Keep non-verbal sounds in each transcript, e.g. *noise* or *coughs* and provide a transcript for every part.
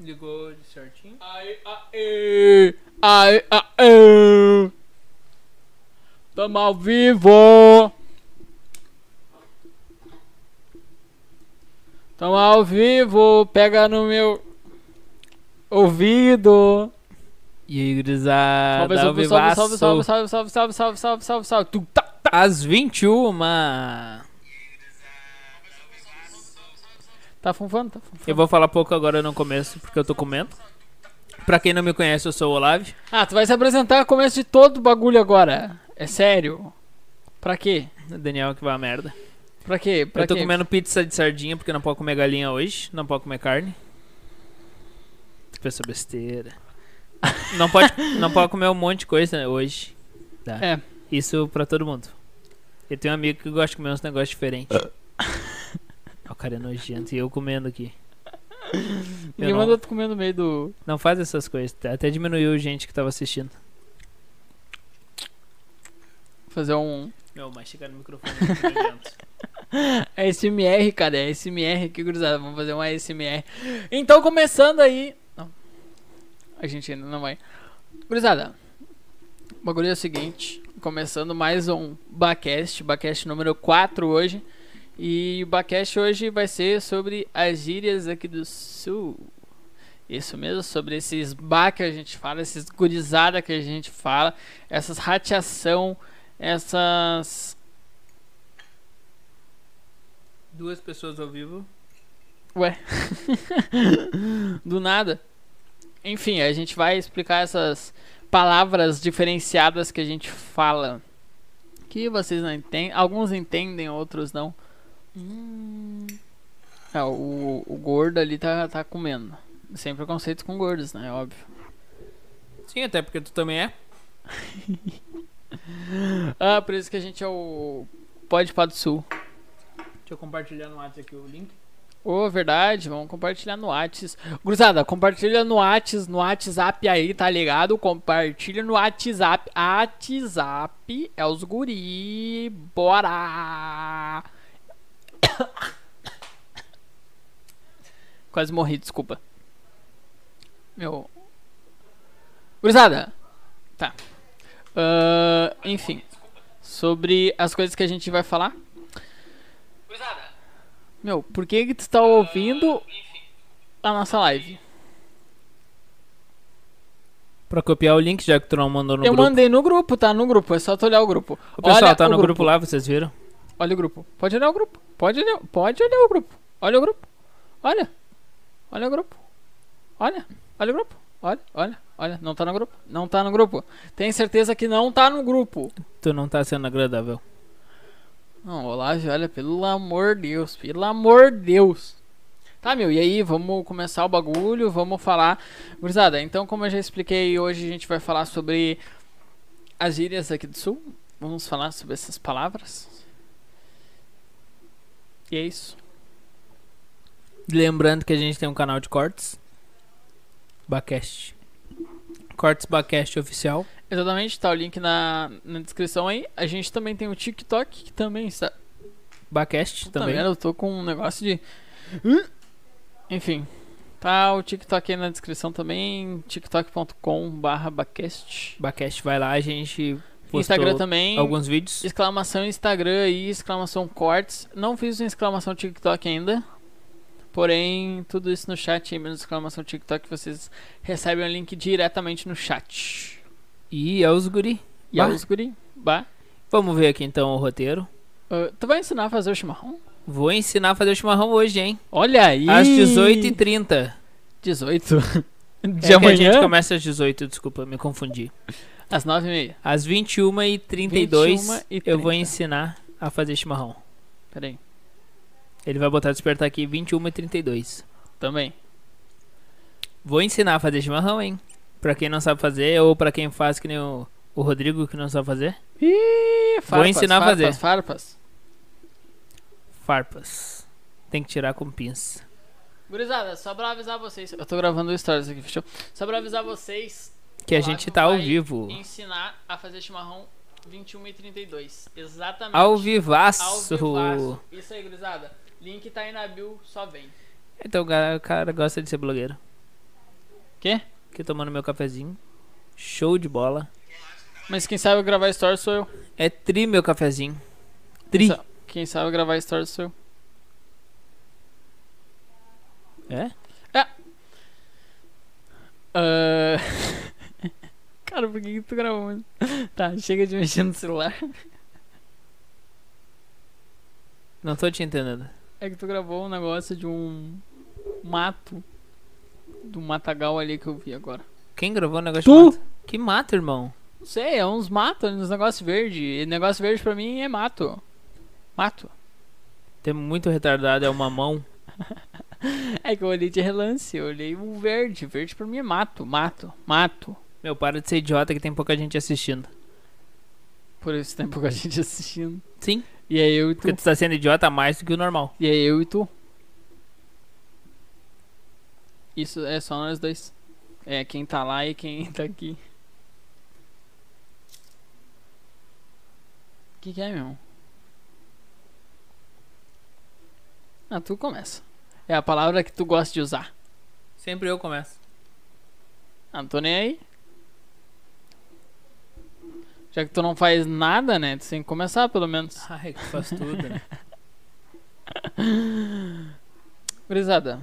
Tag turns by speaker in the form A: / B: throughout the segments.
A: ligou certinho.
B: Ai, aê, ai, aê. Tamo ao vivo. Tamo ao vivo. Pega no meu ouvido.
A: E aí, gurizada?
B: Salve, salve, salve, salve, salve, salve, salve, salve, salve, salve, salve, salve. Tu tá, tá.
A: Às 21.
B: Tá funfando, tá funfando.
A: Eu vou falar pouco agora no começo, porque eu tô comendo. Pra quem não me conhece, eu sou o Olave.
B: Ah, tu vai se apresentar no começo de todo o bagulho agora. É sério. Pra quê?
A: Daniel que vai a merda.
B: Pra quê? Pra
A: eu tô
B: quê?
A: comendo pizza de sardinha, porque não pode comer galinha hoje. Não pode comer carne. Pessoa besteira. Não
B: *laughs*
A: pode, não pode comer um monte de coisa hoje. Tá?
B: É.
A: Isso pra todo mundo. Eu tenho um amigo que gosta de comer uns negócios
B: *laughs*
A: diferentes. o cara é nojento e eu comendo aqui.
B: Ninguém
A: não-
B: manda tu comer no meio do...
A: Não faz essas coisas. tá? Até diminuiu gente que tava assistindo.
B: Fazer um...
A: Meu, mas chegar no microfone.
B: *laughs* É SMR, cara. É SMR. Que gurizada. Vamos fazer um SMR. Então, começando aí... Não. A gente ainda não vai. Gurizada. O bagulho é o seguinte. Começando mais um Bacast. Bacast número 4 hoje. E o Bacast hoje vai ser sobre as gírias aqui do Sul. Isso mesmo, sobre esses ba que a gente fala, esses gurizada que a gente fala, essas rateação, essas
A: Duas pessoas ao vivo.
B: Do nada. Enfim, a gente vai explicar essas palavras diferenciadas que a gente fala. Que vocês não entendem. Alguns entendem, outros não. Hum. É, o, o gordo ali tá, tá comendo. Sem preconceito com gordos, né? Óbvio.
A: Sim, até porque tu também é.
B: Ah, por isso que a gente é o Pode Pá do Sul.
A: Deixa eu compartilhar no WhatsApp aqui o link.
B: Ô, verdade, vamos compartilhar no Whats. Cruzada, compartilha no Whats, no WhatsApp aí, tá ligado? Compartilha no WhatsApp. WhatsApp é os guri. Bora! *coughs* Quase morri, desculpa. Meu. Cruzada! Tá. Ahn, enfim. Sobre as coisas que a gente vai falar. Meu, por que que tu tá ouvindo
A: Ah,
B: a nossa live?
A: Pra copiar o link, já que tu não mandou no
B: Eu
A: grupo.
B: mandei no grupo, tá? No grupo, é só tu olhar o grupo.
A: O pessoal
B: Olha
A: tá
B: o
A: no grupo. lá, vocês viram?
B: Olha o grupo. Pode olhar o grupo. Pode olhar, pode olhar o grupo. Olha o grupo. Olha. Olha o grupo. Olha. Olha o grupo. Olha, olha, olha. Não tá no grupo. Não tá no grupo. Tem certeza que não tá no grupo.
A: Tu não tá sendo agradável.
B: Não, Olávio, olha, pelo amor de Deus, pelo amor de Deus. Tá, meu, e aí, vamos começar o bagulho, vamos falar. Gurizada, então, como eu já expliquei, hoje a gente vai falar sobre as gírias aqui do Sul. Vamos falar sobre essas palavras. E é isso.
A: Lembrando que a gente tem um canal de cortes. Bacast. Cortes Bacast oficial.
B: Exatamente, tá o link na, na descrição aí. A gente também tem o TikTok, que também está.
A: Bacast
B: Tá
A: também.
B: vendo? Eu tô com um negócio de. Enfim. Tá o TikTok aí na descrição também, tiktok.com/barra Bacast.
A: Bacast vai lá, a gente postou
B: Instagram também.
A: alguns vídeos.
B: Exclamação Instagram aí, exclamação cortes. Não fiz uma exclamação TikTok ainda. Porém, tudo isso no chat aí, menos exclamação TikTok, vocês recebem o link diretamente no chat.
A: E é os guri.
B: E
A: Bah.
B: aos guri, bah.
A: Vamos ver aqui então o roteiro.
B: Ah, tu vai ensinar a fazer o chimarrão?
A: Vou ensinar a fazer o chimarrão hoje, hein?
B: Olha aí!
A: Às 18h30.
B: 18.
A: *laughs* É
B: De
A: que A gente
B: amanhã?
A: começa às 18, desculpa, me confundi.
B: Às 9h30.
A: Às 21h32
B: 21h30.
A: eu vou ensinar a fazer chimarrão.
B: Peraí.
A: Ele vai botar despertar aqui 21h32.
B: Também.
A: Vou ensinar a fazer chimarrão, hein? Pra quem não sabe fazer, ou pra quem faz que nem o, o Rodrigo que não sabe fazer.
B: Ih, farpas,
A: ensinar a
B: farpas,
A: fazer.
B: Farpas.
A: Farpas. Tem que tirar com pinça.
B: Gurizada, só pra avisar vocês. Eu tô gravando stories aqui, fechou? Só pra avisar vocês,
A: Que a
B: Olá,
A: gente tá ao
B: vai.
A: vivo.
B: ensinar a fazer chimarrão 21 e 32. Exatamente.
A: Ao
B: Ao
A: vivaço.
B: vivaço. Isso aí, gurizada. Link tá aí na bio, só vem.
A: Então o cara, o cara gosta de ser blogueiro.
B: Quê?
A: Aqui tomando meu cafezinho. Show de bola.
B: Mas quem sabe gravar stories sou eu.
A: É tri meu cafezinho. Tri.
B: Quem sa- Quem sabe gravar stories sou eu.
A: É?
B: Ah, *laughs* Cara, por que, que tu gravou? muito? Tá, chega de mexer no celular.
A: Não tô te entendendo.
B: É que tu gravou um negócio de um mato. Do matagal ali que eu vi agora.
A: Quem gravou o negócio
B: Tu?
A: de mato? Que mato, irmão?
B: Não sei, é uns matos, uns negócios verdes. Negócio verde pra mim é mato. Mato.
A: Tem muito retardado, é uma mão.
B: É que eu olhei de relance, eu olhei o verde. Verde pra mim é mato, mato, mato.
A: Meu, para de ser idiota que tem pouca gente assistindo.
B: Por esse tempo que a gente assistindo.
A: Sim,
B: E aí eu e tu.
A: porque tu tá sendo idiota mais do que o normal.
B: E aí eu e tu. Isso é só nós dois. É quem tá lá e quem tá aqui. O que, que é, meu? Ah, tu começa. É a palavra que tu gosta de usar.
A: Sempre eu começo.
B: Ah, não tô nem aí. Já que tu não faz nada, né? Tu tem que começar, pelo menos.
A: Ai, que faz tudo, *laughs* né?
B: Gurizada.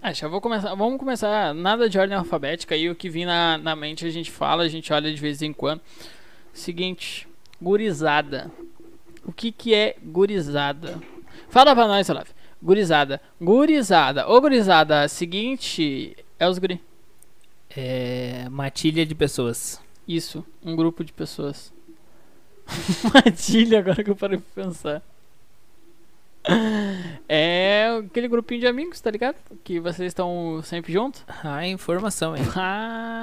B: Ah, já vou começar. Vamos começar nada de ordem alfabética aí. O que vem na, na mente a gente fala, a gente olha de vez em quando. Seguinte, gurizada. O que que é gurizada? Fala pra nós, Olaf. Gurizada. Gurizada. Ô gurizada, seguinte. É os guri.
A: É. Matilha de pessoas.
B: Isso, um grupo de pessoas. *laughs* Matilha, agora que eu parei pra pensar. É aquele grupinho de amigos, tá ligado? Que vocês estão sempre juntos. *laughs*
A: Ah, informação, hein?
B: Ah,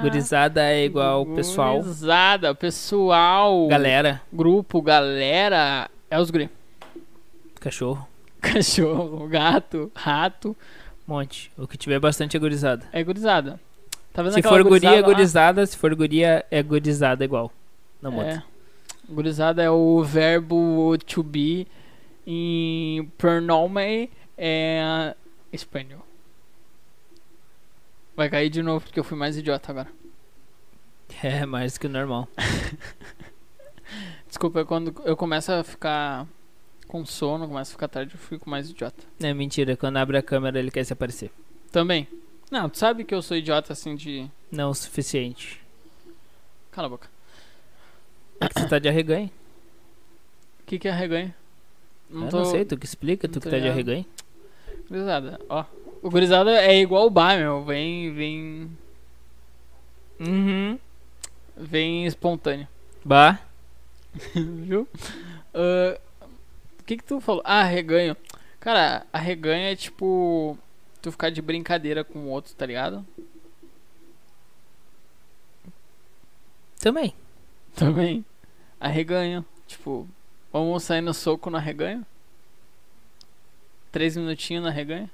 A: *laughs* Gurizada é igual pessoal.
B: Gurizada, pessoal.
A: Galera,
B: Grupo, galera. É os guri. *laughs*
A: cachorro,
B: Cachorro, gato, rato.
A: monte. O que tiver bastante é gurizada.
B: É gurizada. Tá vendo
A: Se
B: aquela
A: for guria, é
B: gurizada lá?
A: gurizada. Se for guria, é gurizada igual. Não muda.
B: É. Gurizada é o verbo to be em pronome é espanhol. Vai cair de novo porque eu fui mais idiota agora.
A: É, mais que o normal.
B: Desculpa, quando eu começo a ficar com sono, começo a ficar tarde, eu fico mais idiota.
A: É mentira, quando abre a câmera ele quer se aparecer.
B: Também. Não, tu sabe que eu sou idiota assim de.
A: Não o suficiente.
B: Cala a boca.
A: É que você tá de arreganho.
B: O que, que é reganho?
A: Não, não sei, tu que explica, tu
B: não
A: que
B: tô
A: tá de
B: ligado.
A: arreganho.
B: Gurizada, ó. O gurizada é igual o bar, meu. Vem, vem.
A: Uhum.
B: Vem espontâneo. *laughs*
A: Bah.
B: Viu? Ah, O que que tu falou? Ah, reganho. Cara, a reganha é tipo... Tu ficar de brincadeira com o outro, tá ligado? *laughs*
A: Também.
B: Também. A reganha. Tipo, vamos sair no soco na reganha? Três minutinhos na reganha?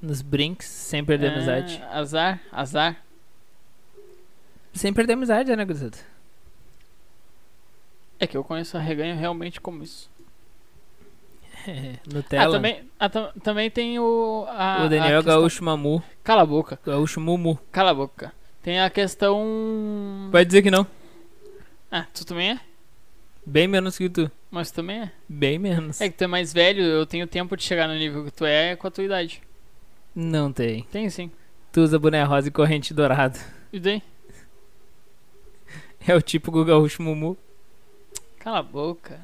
A: Nos brinks, sem perder
B: É,
A: amizade.
B: Azar, azar.
A: Sem perder amizade, né,
B: *laughs*
A: gurizada?
B: É que eu conheço a reganha realmente como isso.
A: Nutella.
B: Ah, também, ah, tam- também tem o... A,
A: O
B: a
A: Daniel é
B: questão- Hum.
A: Gaúcho Mamu.
B: Cala a boca,
A: Gaúcho Mumu.
B: cala a boca. Tem a questão...
A: Vai dizer que não.
B: Ah, tu também é?
A: Bem menos que tu.
B: Mas tu também é?
A: Bem menos.
B: É que tu é mais velho, eu tenho tempo de chegar no nível que tu é com a tua idade.
A: Não tem.
B: Tem sim.
A: Tu usa boné rosa e corrente dourado.
B: E daí?
A: *laughs* É o típico gaúcho mumu.
B: Cala a boca.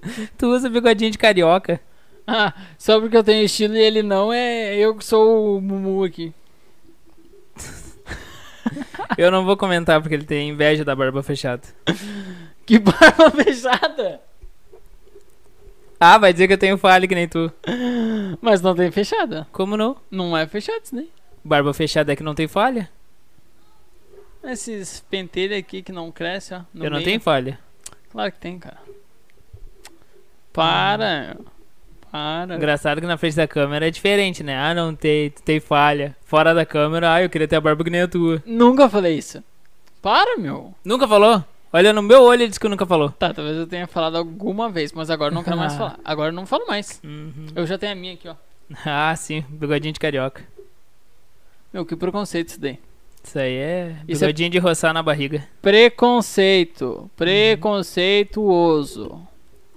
B: *laughs*
A: Tu usa bigodinho de carioca.
B: Ah, só porque eu tenho estilo e ele não é. Eu que sou o Mumu aqui.
A: Eu não vou comentar porque ele tem inveja da barba fechada.
B: Que *laughs* barba fechada!
A: Ah, vai dizer que eu tenho falha que nem tu.
B: Mas não tem fechada.
A: Como não?
B: Não é fechado isso daí.
A: Barba fechada é que não tem falha?
B: Esses pentelhos aqui que não crescem, ó. no
A: eu não
B: meio.
A: tenho falha.
B: Claro que tem, cara.
A: Hum.
B: Para. Para.
A: Engraçado que na frente da câmera é diferente, né? Ah, não tem, tu tem falha. Fora da câmera, ah, eu queria ter a barba que nem a tua.
B: Nunca falei isso. Para, meu.
A: Nunca falou? Olha no meu olho ele disse que nunca falou.
B: Tá, talvez eu tenha falado alguma vez, mas agora eu não
A: *laughs*
B: quero
A: Ah.
B: mais falar. Agora eu não Uhum. falo mais. Eu já tenho a minha aqui, ó.
A: Ah, sim, bigodinho de carioca.
B: Meu, que preconceito isso daí.
A: Isso aí é
B: Isso é-
A: bigodinho de roçar na barriga.
B: Preconceito. Preconceituoso.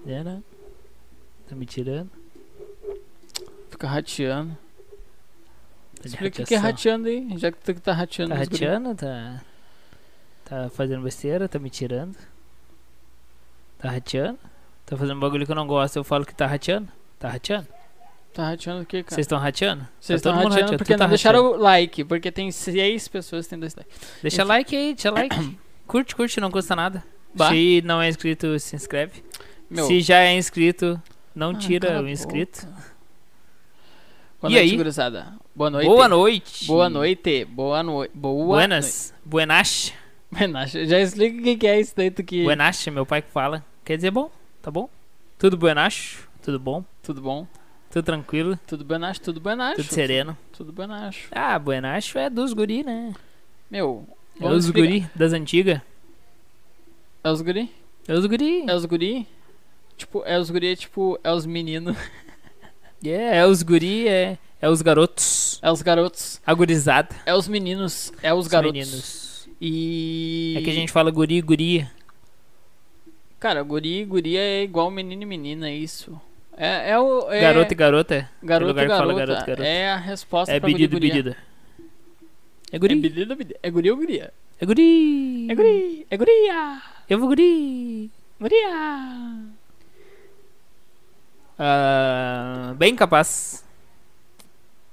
A: É, né? Tá me tirando?
B: Fica rateando.
A: Tá de
B: Explica o que é
A: rateação.
B: rateando aí, já que tu que tá rateando.
A: Tá
B: nos guri.
A: rateando? Tá... tá fazendo besteira? Tá me tirando? Tá rateando? Tá fazendo bagulho que eu não gosto, eu falo que tá rateando? Tá rateando?
B: Tá rateando o que, cara?
A: Vocês estão rateando? Tá
B: Vocês
A: todo
B: estão
A: mundo
B: rateando
A: rateando,
B: porque
A: tu tá
B: não deixaram
A: rateando.
B: o like, porque tem seis pessoas que tem dois likes.
A: Deixa like aí, deixa like. *coughs* curte, curte, não custa nada.
B: Bah.
A: Se não é inscrito, se inscreve.
B: Meu,
A: Se já é inscrito, não
B: ah,
A: tira
B: cala
A: o
B: a
A: inscrito.
B: boca. Boa
A: E
B: noite,
A: aí?
B: gurizada. Boa noite.
A: Boa noite.
B: Boa noite. Boa noite. *laughs* Boa
A: Buenas. Buenache.
B: noite. Buenas. Já explica o que que é isso daí, tu que...
A: Buenache, meu pai que fala. Quer dizer bom, tá bom? Tudo buenacho, tudo bom,
B: Tudo bom?
A: tudo tranquilo,
B: Tudo buenacho, tudo buenacho.
A: tudo sereno.
B: Tudo buenacho.
A: Ah, buenacho é dos guri, né?
B: Meu,
A: É
B: vamos
A: os
B: explicar.
A: guri das antigas.
B: É os guri?
A: É os guri.
B: É os guri? Tipo, é os guri, é tipo, é os meninos.
A: É, é os guri, é, é os garotos.
B: É os garotos.
A: A gurizada.
B: É os meninos. É os
A: os
B: garotos.
A: meninos.
B: E...
A: É que a gente fala guri, guri.
B: Cara, guri e guria é igual menino e menina, é isso. É, é o. É...
A: Garoto e garota.
B: garoto,
A: lugar que fala
B: garota,
A: garoto, garota.
B: É a resposta
A: É
B: pra guri e
A: pedido,
B: guria.
A: pedido. É
B: É
A: guri.
B: pedido, pedido. É guri ou guria?
A: É guri.
B: É guri. É guria.
A: Eu vou guri.
B: Guria.
A: Ah, bem capaz.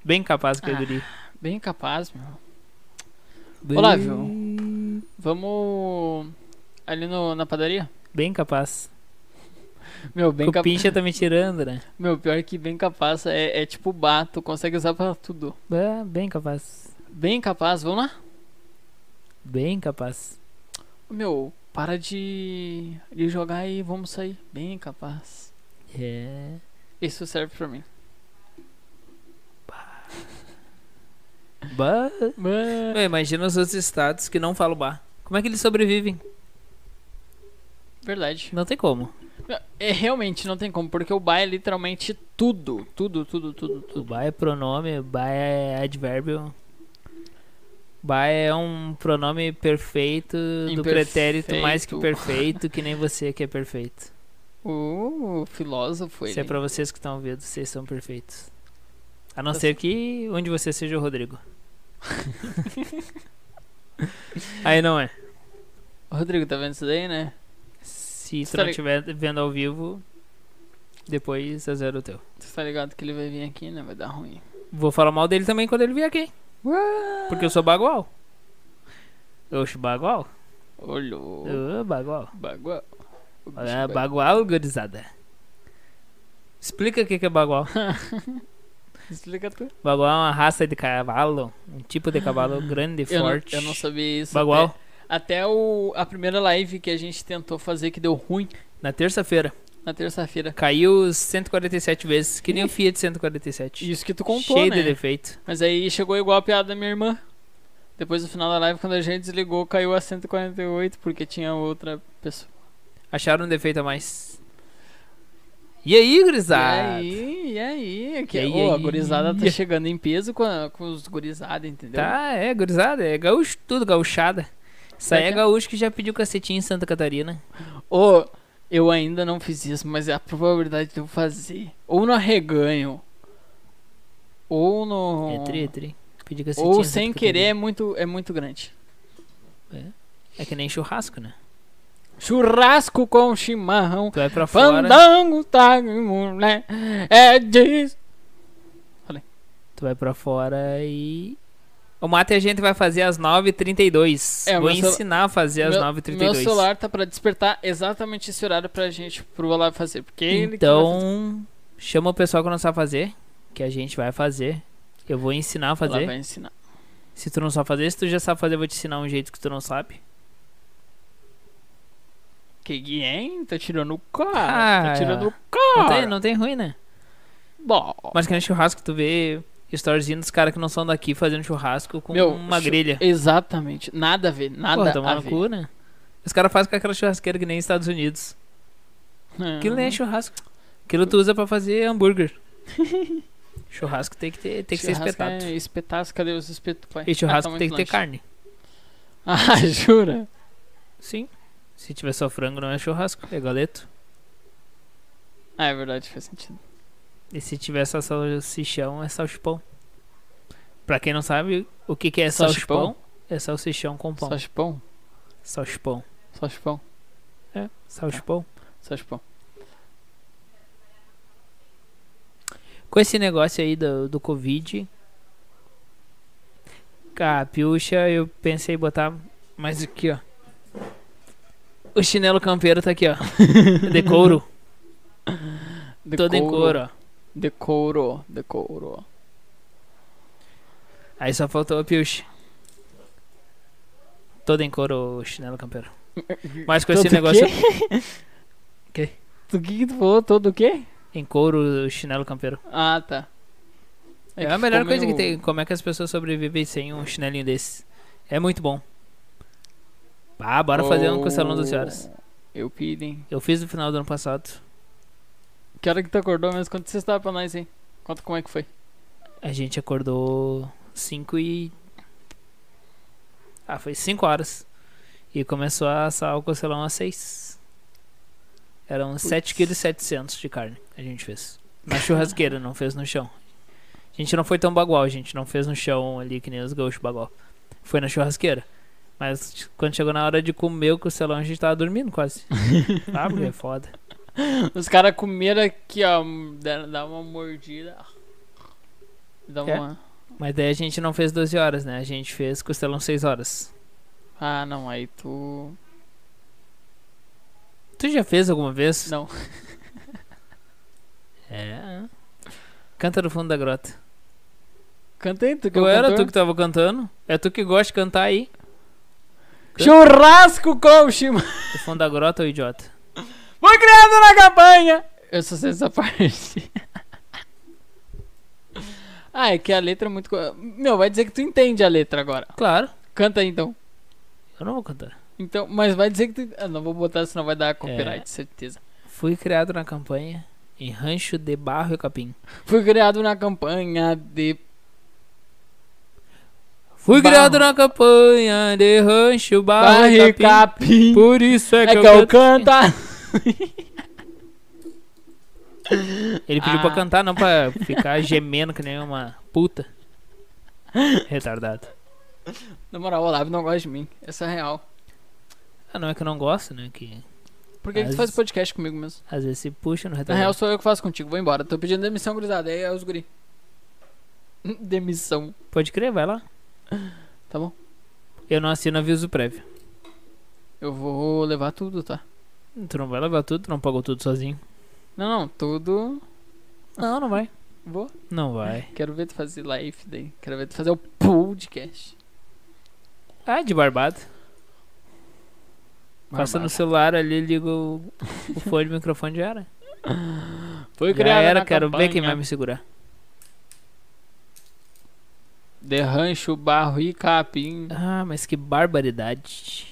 A: Bem capaz que é
B: Ah,
A: guri.
B: Bem capaz, meu.
A: Bem-
B: Olávio. Vamos. Ali no, na padaria?
A: Bem capaz.
B: Meu, bem
A: o
B: capaz.
A: pincha tá me tirando, né?
B: *laughs* Meu, pior que bem capaz é, é tipo bar, tu consegue usar pra tudo.
A: Ah, bem capaz.
B: Bem capaz, vamos lá?
A: Bem capaz.
B: Meu, para de, de jogar e vamos sair. Bem capaz.
A: É.
B: Isso serve pra mim.
A: Bah.
B: Mano.
A: Meu, imagina os outros estados que não falam bar. Como é que eles sobrevivem?
B: Verdade.
A: Não tem como.
B: É, realmente, não tem como, porque o bar é literalmente tudo. Tudo, tudo, tudo,
A: O
B: tudo.
A: bar é pronome, bar é advérbio. Bar é um pronome perfeito do
B: Imperfeito.
A: pretérito mais que perfeito, que nem você que é
B: *laughs*
A: perfeito.
B: O filósofo, ele.
A: Isso é pra vocês que estão ouvindo, vocês são perfeitos. A não
B: Tá
A: ser que onde você seja o Rodrigo. *laughs* Aí não é.
B: Rodrigo, tá vendo isso daí, né?
A: Se tu
B: Tá
A: não
B: li-
A: estiver vendo ao vivo, depois é zero teu.
B: Tu tá ligado que ele vai vir aqui, né? Vai dar ruim.
A: Vou falar mal dele também quando ele vier aqui. Porque eu sou bagual. Oxe, bagual?
B: Olhou.
A: Ô, bagual.
B: Bagua. O bicho
A: É,
B: vai-
A: bagual, gurizada. Explica o que que é bagual.
B: Explica tu.
A: Bagual é uma raça de cavalo, um tipo de cavalo grande,
B: Ah, Eu não,
A: forte.
B: eu não sabia É. isso.
A: Bagual,
B: Até, até o, a primeira live que a gente tentou fazer que deu ruim
A: na terça-feira,
B: na terça-feira.
A: caiu 147 vezes, que nem o Fiat 147.
B: Isso que tu contou,
A: Cheio
B: né?
A: de defeito.
B: Mas aí chegou igual a piada da minha irmã. Depois do final da live, quando a gente desligou, caiu a 148, porque tinha outra pessoa.
A: Acharam um defeito a mais. E aí, gurizada?
B: E aí, e aí? Que, é,
A: E aí,
B: Ô, a
A: aí?
B: gurizada tá chegando em peso com, a- com os gurizada, entendeu?
A: Tá, é, gurizada, é gaúcho, tudo gaúchada. Isso aí é
B: Daqui a-
A: gaúcho que já pediu cacetinho em Santa Catarina.
B: Ô, eu ainda não fiz isso, mas é a probabilidade de eu fazer. Ou no arreganho. Ou no.
A: É tri, é tri. Pedir cacetinho
B: Ou
A: em Santa
B: sem
A: Catarina.
B: querer é muito, é muito grande.
A: É que nem churrasco, né?
B: Churrasco com chimarrão.
A: Tu vai pra fora.
B: Fandango, tá, mulher. É disso.
A: Tu vai pra fora e. O mate a gente vai fazer às 9h32.
B: É,
A: Vou
B: meu celu-
A: ensinar a fazer às
B: Meu-
A: 9h32.
B: Meu celular tá pra despertar exatamente esse horário pra gente, pro Olavo fazer. Porque é ele que vai fazer.
A: Então, chama o pessoal que não sabe fazer, que a gente vai fazer. Eu vou ensinar a
B: O Olavo
A: fazer.
B: vai ensinar.
A: Se tu não sabe fazer, se tu já sabe fazer, eu vou te ensinar um jeito que tu não sabe.
B: Que que, hein? Tá tirando o cara.
A: Ah,
B: tá tirando
A: Não
B: o
A: tem,
B: cara.
A: não tem ruim, né?
B: Bom,
A: Mas que nem churrasco, tu vê storyzinho dos caras que não são daqui fazendo churrasco com
B: Meu,
A: uma
B: chu-
A: grelha.
B: exatamente. Nada a ver, nada
A: é. Porra,
B: a
A: tomar no
B: ver.
A: cu, né? Os caras fazem com aquela churrasqueira que nem nos Estados Unidos.
B: Hum.
A: é
B: *laughs*
A: Aquilo nem é churrasco. Aquilo tu usa pra fazer hambúrguer. Churrasco tem que, ter, tem que ser
B: Churrasco
A: espetado.
B: É espetaço, cadê os espetos, pai?
A: E churrasco
B: Ah, tá
A: tem
B: muito
A: que ter carne.
B: longe. *laughs* Ah, jura?
A: Sim. Se tiver só frango, não é churrasco, é galeto.
B: Ah, é verdade, faz sentido.
A: E se tiver só salsichão, é salchipão. Pra quem não sabe o que, que é
B: Salchipão?
A: salchipão, é salsichão com pão.
B: Salchipão?
A: Salchipão.
B: Salchipão?
A: É, salchipão.
B: Salchipão.
A: Com esse negócio aí do, do Covid, cara, a piúcha, eu pensei em botar mais aqui, ó. O chinelo campeiro tá aqui, ó. De couro. Todo em couro, ó.
B: Decoro, decoro.
A: Aí só faltou a piúcha. Todo em couro, o chinelo campeiro. Mas com esse
B: Todo
A: negócio
B: quê?
A: Quê?
B: Do que que tu falou? Todo o quê?
A: em couro, o chinelo campeiro.
B: Ah, tá.
A: É,
B: que
A: a melhor
B: ficou
A: coisa que
B: meio-
A: tem. Como é que as pessoas sobrevivem sem um chinelinho desse? É muito bom. Ah, bora fazer um com o Salão das Senhoras.
B: Eu pedi.
A: Eu fiz no final do ano passado.
B: Que hora que tu acordou mesmo? Quanto você estava pra nós, hein? Conta como é que foi.
A: A gente acordou 5 e. Ah, foi 5 horas. E começou a assar o costelão às 6. Eram 7,7 kg de carne a gente fez. Na churrasqueira, não fez no chão. A gente não foi tão bagual, a gente não fez no chão ali que nem os gaúchos bagual. Foi na churrasqueira. Mas t- quando chegou na hora de comer o costelão, a gente tava dormindo quase. Ah, porque é foda.
B: Os caras comeram aqui, ó. deram- Dá uma mordida. Dá
A: É?
B: uma.
A: Mas daí a gente não fez 12 horas, né? A gente fez costelão 6 horas.
B: Ah, não, aí tu.
A: Tu já fez alguma vez?
B: Não.
A: É. Canta no fundo da grota.
B: Cantei, tu que é o
A: Eu era
B: cantor.
A: tu que tava cantando. É tu que gosta de cantar aí.
B: Churrasco com chima.
A: Do fundo da grota, ô idiota.
B: Foi criado na campanha. Eu só sei essa *laughs* parte. ah, é que a letra é muito. co- Meu, vai dizer que tu entende a letra agora.
A: Claro.
B: Canta aí então.
A: Eu não vou cantar.
B: Então, mas vai dizer que tu. Ah, não vou botar, senão vai dar copyright,
A: É.
B: certeza.
A: Fui criado na campanha em rancho de barro e capim.
B: Fui criado na campanha de.
A: Fui
B: Barro.
A: criado na campanha de rancho, barro,
B: Barre
A: e capim.
B: Capim.
A: Por isso é,
B: É que eu
A: canto.
B: canto. Ah,
A: Ele pediu pra
B: Ah.
A: cantar, não
B: *laughs*
A: pra ficar gemendo que nem uma puta. Retardado.
B: Na moral, o Olavo não gosta de mim. Essa é real.
A: Ah, não é que eu não gosto, né? Que
B: Por que, que tu
A: Mas-
B: faz podcast comigo mesmo?
A: às vezes se puxa no
B: Na
A: retardado.
B: real, sou eu que faço contigo. Vou embora. Tô pedindo demissão, gurizada. Aí é os guri. *laughs* Demissão.
A: Pode crer, vai lá.
B: Tá bom?
A: Eu não assino aviso prévio.
B: Eu vou levar tudo, tá?
A: Tu não vai levar tudo, tu não pagou tudo sozinho.
B: Não, não. Tudo.
A: Não, não vai.
B: Vou.
A: Não vai.
B: Quero ver tu fazer live daí. Quero ver tu fazer o podcast.
A: Ah, de barbado. Passa no
B: Barbada.
A: celular ali, liga o, o fone do microfone já era.
B: Foi
A: já
B: criado
A: era,
B: na
A: quero
B: campanha.
A: ver quem vai me segurar.
B: De rancho, barro e capim.
A: Ah, mas que barbaridade.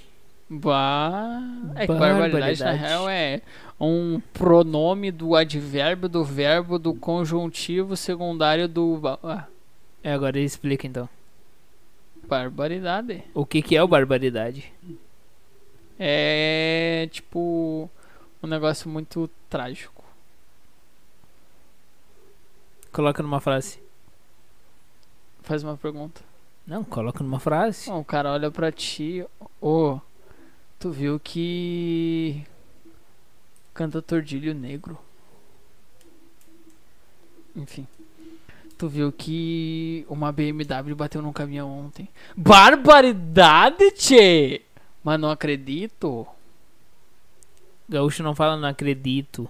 B: Bah. É que barbaridade, na
A: Barbaridade.
B: real, é um pronome do advérbio, do verbo, do conjuntivo secundário do. ba- Ah,
A: É, agora explica então.
B: barbaridade.
A: O que que é o barbaridade?
B: É tipo um negócio muito trágico.
A: Coloca numa frase.
B: Faz uma pergunta.
A: Não, coloca numa frase.
B: Bom, o cara olha pra ti, ô, tu viu que canta Tordilho Negro? Enfim. Tu viu que uma BMW bateu num caminhão ontem. Barbaridade, tchê! Mas não acredito.
A: Gaúcho não fala, não
B: *laughs*
A: acredito.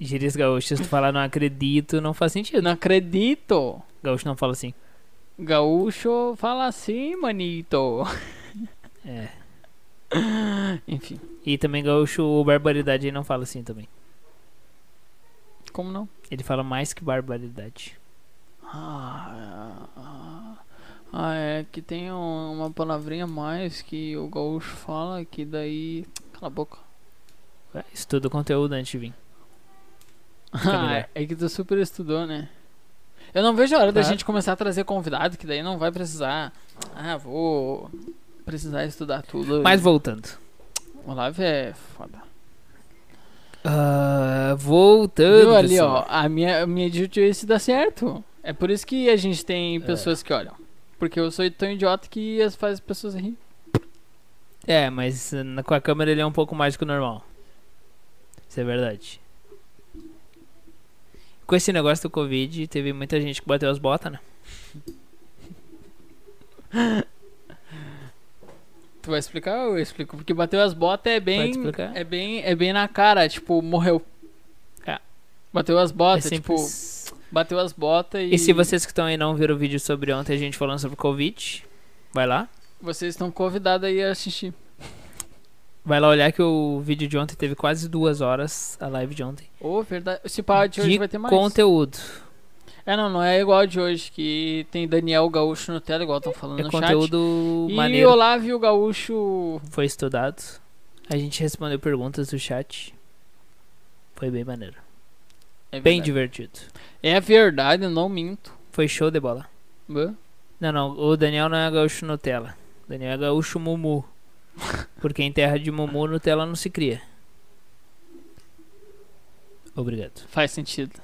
A: Gírias gaúchas, se tu falar não acredito, não faz
B: Eu
A: sentido.
B: não acredito.
A: Gaúcho não fala assim.
B: Gaúcho fala assim, manito. *laughs*
A: É.
B: Enfim,
A: E também gaúcho, o barbaridade ele não fala assim também.
B: como não?
A: Ele fala mais que barbaridade.
B: Ah, ah, ah, é que tem um- uma palavrinha a mais que o gaúcho fala que daí. Cala a boca.
A: É, Ué, Estuda o conteúdo antes de vir. melhor.
B: Ah, é que tu super estudou, né? Eu não vejo a hora da
A: Tá.
B: gente começar a trazer convidado, que daí não vai precisar. Ah, vou precisar estudar tudo.
A: Mas voltando.
B: O Olavo é foda.
A: Ah, voltando.
B: Viu ali, ó,
A: pessoal.
B: a minha, a minha idiotice dá certo. É por isso que a gente
A: É.
B: tem pessoas que olham. Porque eu sou tão idiota que as- faz as pessoas rirem.
A: É, mas eh, na- com a câmera ele é um pouco mais que o normal. Isso é verdade. Com esse negócio do Covid, teve muita gente que bateu as botas, né?
B: Tu vai explicar ou eu explico? Porque bateu as botas é
A: Pode
B: bem.
A: explicar?
B: É bem, é bem na cara, tipo, morreu.
A: É.
B: Bateu as botas, tipo,
A: simples.
B: bateu as botas e.
A: E se vocês que estão aí não viram o vídeo sobre ontem a gente falando sobre Covid, vai lá.
B: Vocês estão convidados aí a assistir.
A: Vai lá olhar que o vídeo de ontem teve quase duas horas, a live de ontem.
B: Ô, verdade. Se pá, de hoje
A: de
B: vai ter mais.
A: conteúdo.
B: É, não, não é igual a de hoje, que tem Daniel Gaúcho no tela, igual estão falando
A: É
B: no chat.
A: conteúdo
B: E
A: maneiro.
B: Olávio Gaúcho.
A: Foi estudado. A gente respondeu perguntas do chat. Foi bem maneiro.
B: É
A: Bem
B: verdade.
A: divertido.
B: É verdade, eu não minto.
A: Foi show de bola.
B: Bã.
A: Não, não. O Daniel não é gaúcho Nutella. O Daniel é gaúcho
B: *laughs*
A: Mumu. Porque em terra de Mumu, Nutella não se cria. Obrigado.
B: Faz sentido.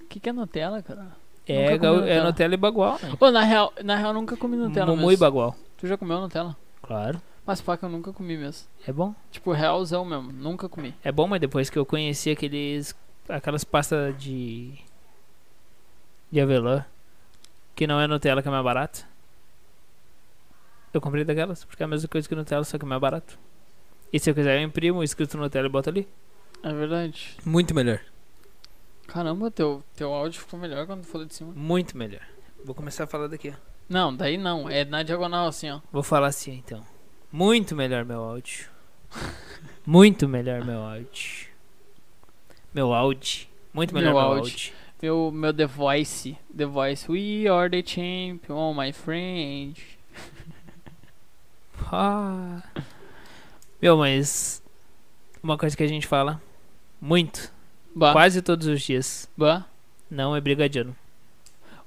B: O que, que é Nutella, cara? Nunca
A: É,
B: comi
A: gaú- é
B: Nutella.
A: Nutella e bagual, né?
B: Ô, na real, na real, eu nunca comi Nutella
A: Mumu e
B: mesmo.
A: bagual.
B: Tu já comeu Nutella?
A: Claro.
B: Mas pá, que eu nunca comi mesmo.
A: É bom.
B: Tipo, realzão mesmo, nunca comi.
A: É bom, mas depois que eu conheci aqueles. aquelas pastas de. de avelã, que não é Nutella, que é mais barato. Eu comprei daquelas, porque é a mesma coisa que Nutella, só que é mais barato. E se eu quiser, eu imprimo escrito Nutella e boto ali.
B: É verdade.
A: Muito melhor.
B: Caramba, teu, teu áudio ficou melhor quando falou de cima.
A: Muito melhor. Vou começar a falar daqui, ó.
B: Não, daí não. É na diagonal assim, ó.
A: Vou falar assim então. Muito melhor meu áudio. Muito melhor meu áudio. Meu áudio. Muito melhor
B: Meu
A: meu,
B: áudio.
A: áudio.
B: Meu, meu The Voice. The Voice. We are the champion, oh, my friend.
A: Ah. Meu, mas uma coisa que a gente fala muito,
B: Bah.
A: quase todos os dias,
B: Bah.
A: não é brigadiano.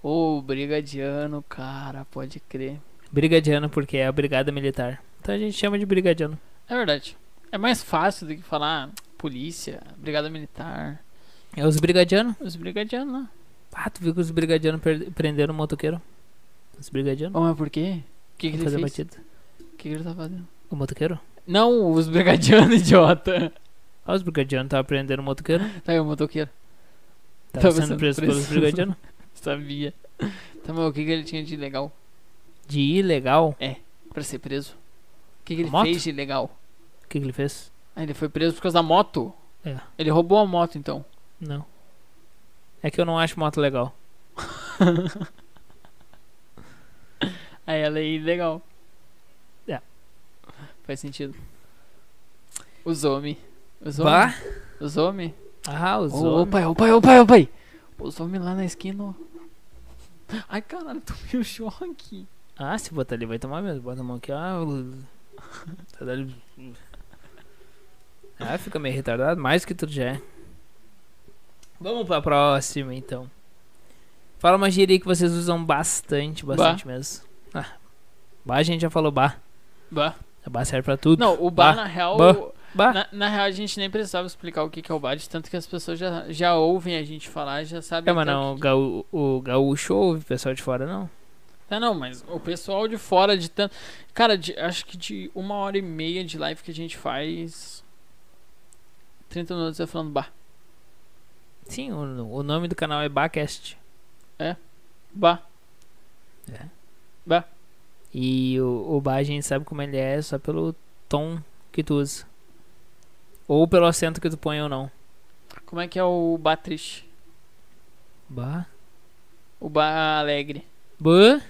B: Ô, brigadiano, cara, pode crer.
A: Brigadiano porque é a brigada militar. Então a gente chama de brigadiano.
B: É verdade. É mais fácil do que falar polícia, brigada militar.
A: É os brigadianos?
B: Os brigadianos, né?
A: Ah, tu viu que os brigadianos per- prenderam o motoqueiro? Os brigadianos?
B: Ô, mas por quê? O que, que ele
A: fazer
B: fez?
A: batida.
B: O que, que ele tá fazendo?
A: O motoqueiro?
B: Não, os brigadianos, *laughs* idiota.
A: Ah, os brigadianos estavam prendendo o
B: *laughs*
A: motoqueiro.
B: Tá aí o motoqueiro.
A: Tava
B: Tava
A: sendo,
B: sendo
A: preso,
B: preso.
A: pelos brigadianos.
B: *laughs* Sabia. Tá, mas o que, que ele tinha de legal
A: De ilegal,
B: pra ser preso? O que, que ele
A: Moto?
B: fez de legal?
A: o que, que ele fez?
B: Ah, ele foi preso por causa da moto?
A: É.
B: Ele roubou a moto, então.
A: Não. É que eu não acho moto legal.
B: Aí ela é ilegal.
A: É.
B: Faz sentido. Os homens. Os
A: Bah!
B: homens. Os homens.
A: Ah, os
B: Ô, ô
A: homens.
B: pai, ô pai, ô pai, ô pai. Os homens lá na esquina. ó. Ai, caralho, *laughs* tomei um choque.
A: Ah, se botar ali vai tomar mesmo. Bota a mão aqui, ah. o- *laughs* tá dando- Ah, fica meio retardado, mais que tu já é. Vamos pra próxima então. Fala uma gíria que vocês usam bastante, bastante mesmo. Ah, bah a gente já falou bah.
B: Bah.
A: Bah serve pra tudo.
B: Não, o bar,
A: Bah.
B: na real.
A: Bah. Bah.
B: Na, na real, a gente nem precisava explicar o que, que é o bar, de tanto que as pessoas já, já ouvem a gente falar, já sabem.
A: É, mas
B: até o
A: não, o,
B: então que-
A: gaú- o gaúcho ouve o pessoal de fora, não.
B: Ah, não, mas o pessoal de fora de tanto. Cara, de- acho que de uma hora e meia de live que a gente faz. 30 minutos é falando bar.
A: Sim, o, o nome do canal é Bacast.
B: Bar.
A: E o, o bah a gente sabe como ele é só pelo tom que tu usa. Ou pelo acento que tu põe ou não.
B: Como é que é o bar triste?
A: Bah.
B: O bar alegre.
A: Bah.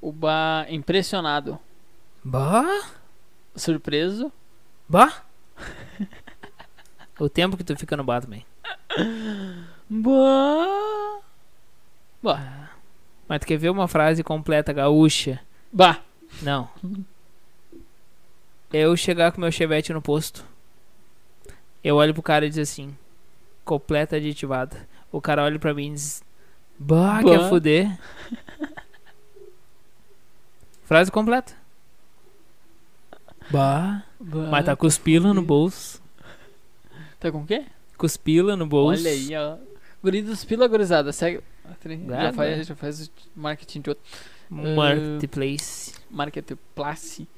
B: O bar impressionado.
A: Bah.
B: Surpreso.
A: Bah. o tempo que tu fica no bar também.
B: Bah.
A: Mas tu quer ver uma frase completa gaúcha?
B: Bah.
A: Não. Eu chegar com meu chevette no posto. Eu olho pro cara e diz assim: completa aditivada. O cara olha pra mim e diz: Bah, quer
B: Bah.
A: fuder. Frase completa. Bah, mas tá cuspila no
B: fuder.
A: bolso.
B: Tá com o quê?
A: Cuspila no bolso.
B: Olha aí, ó. Guri dos Pila Gurizada, segue. Já
A: Nada.
B: faz, já faz o marketing de outro.
A: Marketplace.
B: Marketplace.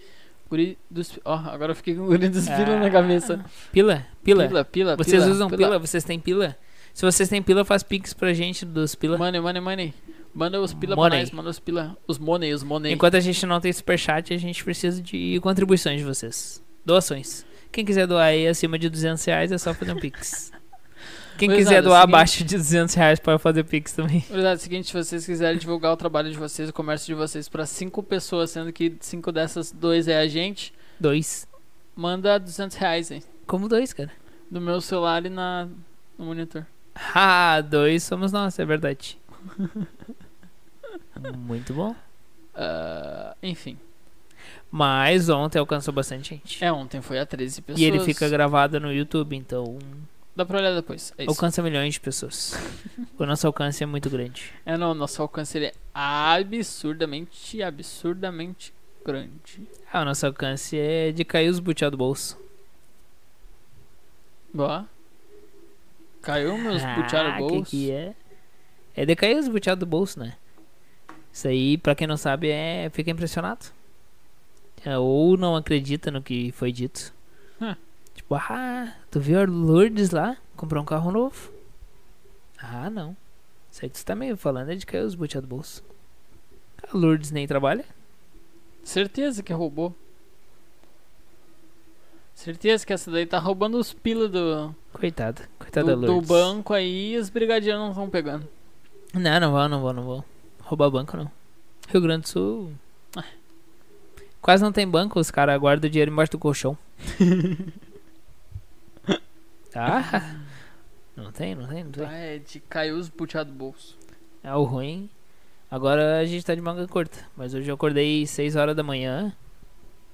B: Guri dos. Ó, agora eu fiquei com o Guri dos
A: Ah.
B: Pila na cabeça.
A: Pila? Pila?
B: pila, pila.
A: Vocês usam pila? Vocês têm pila? Se vocês têm pila, faz pix pra gente dos pila.
B: Money, money, money. Manda os pila pra
A: Money.
B: nós, manda os pila. Os money, os money.
A: Enquanto a gente não tem superchat, a gente precisa de contribuições de vocês. Doações. Quem quiser doar aí acima de 200 reais é só fazer um
B: *laughs*
A: pix. Quem
B: Pois
A: quiser
B: nada,
A: doar
B: seguinte-
A: abaixo de 200 reais pode fazer pix também.
B: Gurizada, é o seguinte, se vocês quiserem divulgar o trabalho de vocês, o comércio de vocês pra cinco pessoas, sendo que cinco dessas dois é a gente,
A: Dois.
B: manda 200 reais, hein?
A: Como dois, cara?
B: Do meu celular e na, no monitor.
A: *laughs* Ah, dois somos nós, é
B: *laughs*
A: verdade. Muito bom.
B: Ah, enfim.
A: Mas ontem alcançou bastante gente.
B: É, ontem foi a 13 pessoas.
A: e ele fica gravado no YouTube, então
B: Dá pra olhar depois. É isso.
A: alcança milhões de
B: *laughs*
A: pessoas. o nosso alcance é muito grande.
B: É, não, nosso alcance ele é absurdamente, absurdamente grande.
A: Ah, o nosso alcance é de cair os butiá do bolso.
B: Boa. Caiu meus ah,
A: Ah,
B: putearam
A: Que que é? É de cair os buteados do bolso, né? Isso aí, pra quem não sabe, é fica impressionado. É, ou não acredita no que foi dito.
B: Hã.
A: Tipo, ah, tu viu a Lourdes lá? Comprou um carro novo. Ah, não. Isso aí que tu tá meio falando é de cair os buteados do bolso. A Lourdes nem trabalha.
B: Certeza que roubou. Certeza que essa daí tá roubando os pila do,
A: Coitada. Coitada Tá
B: do,
A: da
B: do
A: Lourdes.
B: banco aí e os brigadianos não estão pegando.
A: Não, não vou, não vou, não vou. Roubar banco não. Rio Grande do Sul. ah, Quase não tem banco, os caras guardam o dinheiro embaixo do *laughs* colchão. ah, não tem, não tem, não tem.
B: Ah, é de caiu os puteados do bolso.
A: É o ruim. Agora a gente tá de manga curta. Mas hoje eu acordei 6 horas da manhã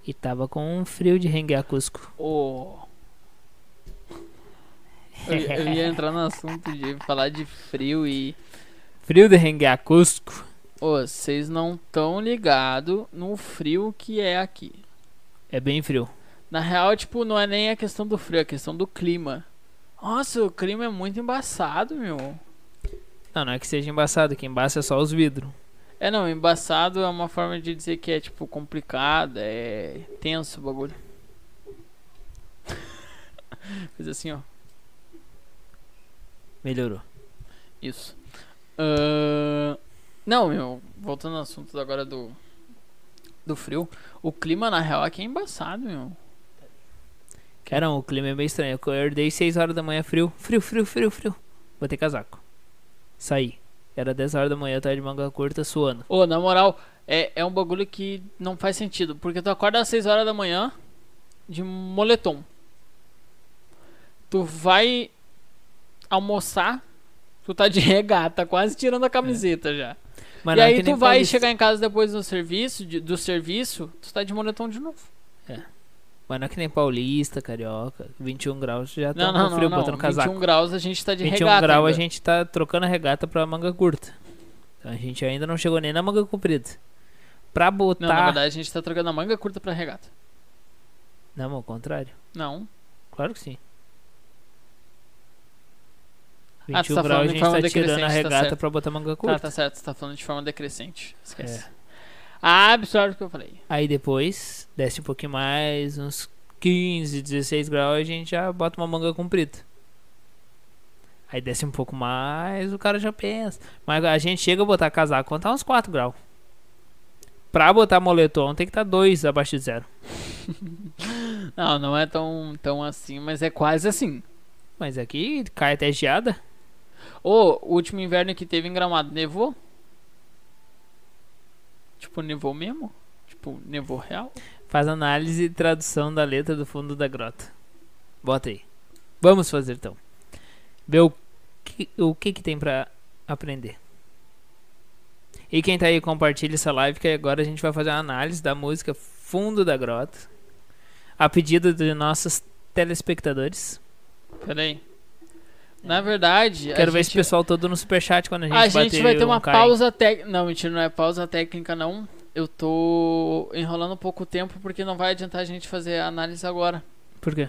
A: e tava com um frio de renguear Cusco.
B: Ô. Eu, eu ia entrar no assunto de falar de frio e.
A: Frio de renguear Cusco?
B: Ô, vocês não tão ligado no frio que é aqui.
A: É bem frio.
B: Na real, tipo, não é nem a questão do frio, é a questão do clima. Nossa, o clima é muito embaçado, meu.
A: Não, não é que seja embaçado, que embaça é só os vidros.
B: É, não, embaçado é uma forma de dizer que é, tipo, complicado, é tenso o bagulho. *laughs* Fez assim, ó,
A: Melhorou.
B: isso. Ahn, não, meu, voltando ao assunto agora do, do frio, o clima, na real, aqui é embaçado, meu.
A: Cara, o clima é bem estranho. Eu acordei 6 horas da manhã, frio, frio, frio, frio, frio. Botei casaco. Saí. Era 10 horas da manhã, eu tava de manga curta suando.
B: Ô, na moral, é, é um bagulho que não faz sentido, porque tu acorda às 6 horas da manhã de moletom. Tu vai almoçar, tu tá de *laughs* regata, quase tirando a camiseta já.
A: Mas
B: e
A: não é
B: aí
A: que nem
B: tu vai
A: paulista.
B: chegar em casa depois do serviço, de- do serviço, tu tá de moletom de novo.
A: Mas não é que nem paulista, carioca. 21 graus já tá
B: não, não,
A: com
B: não,
A: frio
B: não.
A: botando casaco.
B: 21 graus a gente tá de
A: 21
B: regata.
A: graus a
B: ainda.
A: gente tá trocando a regata pra manga curta. Então a gente ainda não chegou nem na manga comprida. Pra botar.
B: Não, na verdade a gente tá trocando a manga curta pra regata.
A: Não, ao contrário.
B: Não. Tá,
A: Claro que sim.
B: Ah, tu
A: 21
B: tá falando
A: graus
B: em
A: a gente
B: forma
A: tá tirando
B: decrescente,
A: a
B: tá
A: regata
B: certo.
A: pra botar manga curta.
B: Tá, tá certo, você tá falando de forma decrescente. Esquece.
A: É.
B: Absorve o que eu falei.
A: Aí depois, desce um pouquinho mais, uns 15, 16 graus, a gente já bota uma manga comprida. Aí desce um pouco mais, o cara já pensa. Mas a gente chega a botar casaco quando tá uns 4 graus. Pra botar moletom tem que estar tá 2 abaixo de zero.
B: Não, não é tão, tão assim, mas é quase assim.
A: Mas aqui cai até geada.
B: Ô, o último inverno que teve em Gramado, nevou? Tipo, nevou mesmo? Tipo, nevou real?
A: Faz análise e tradução da letra do fundo da grota. Bota aí. Vamos fazer então. Ver o que, o que, que tem pra aprender. E quem tá aí, compartilha essa live que agora a gente vai fazer uma análise da música Fundo da Grota. A pedido de nossos telespectadores.
B: Pera aí. Na verdade. a
A: É. Quero ver esse
B: gente-
A: pessoal todo no superchat quando a gente
B: A gente
A: bater
B: vai ter uma
A: um Karen.
B: pausa técnica. Não, mentira, não é pausa técnica, não. Eu tô enrolando um pouco o tempo porque não vai adiantar a gente fazer a análise agora.
A: Por quê?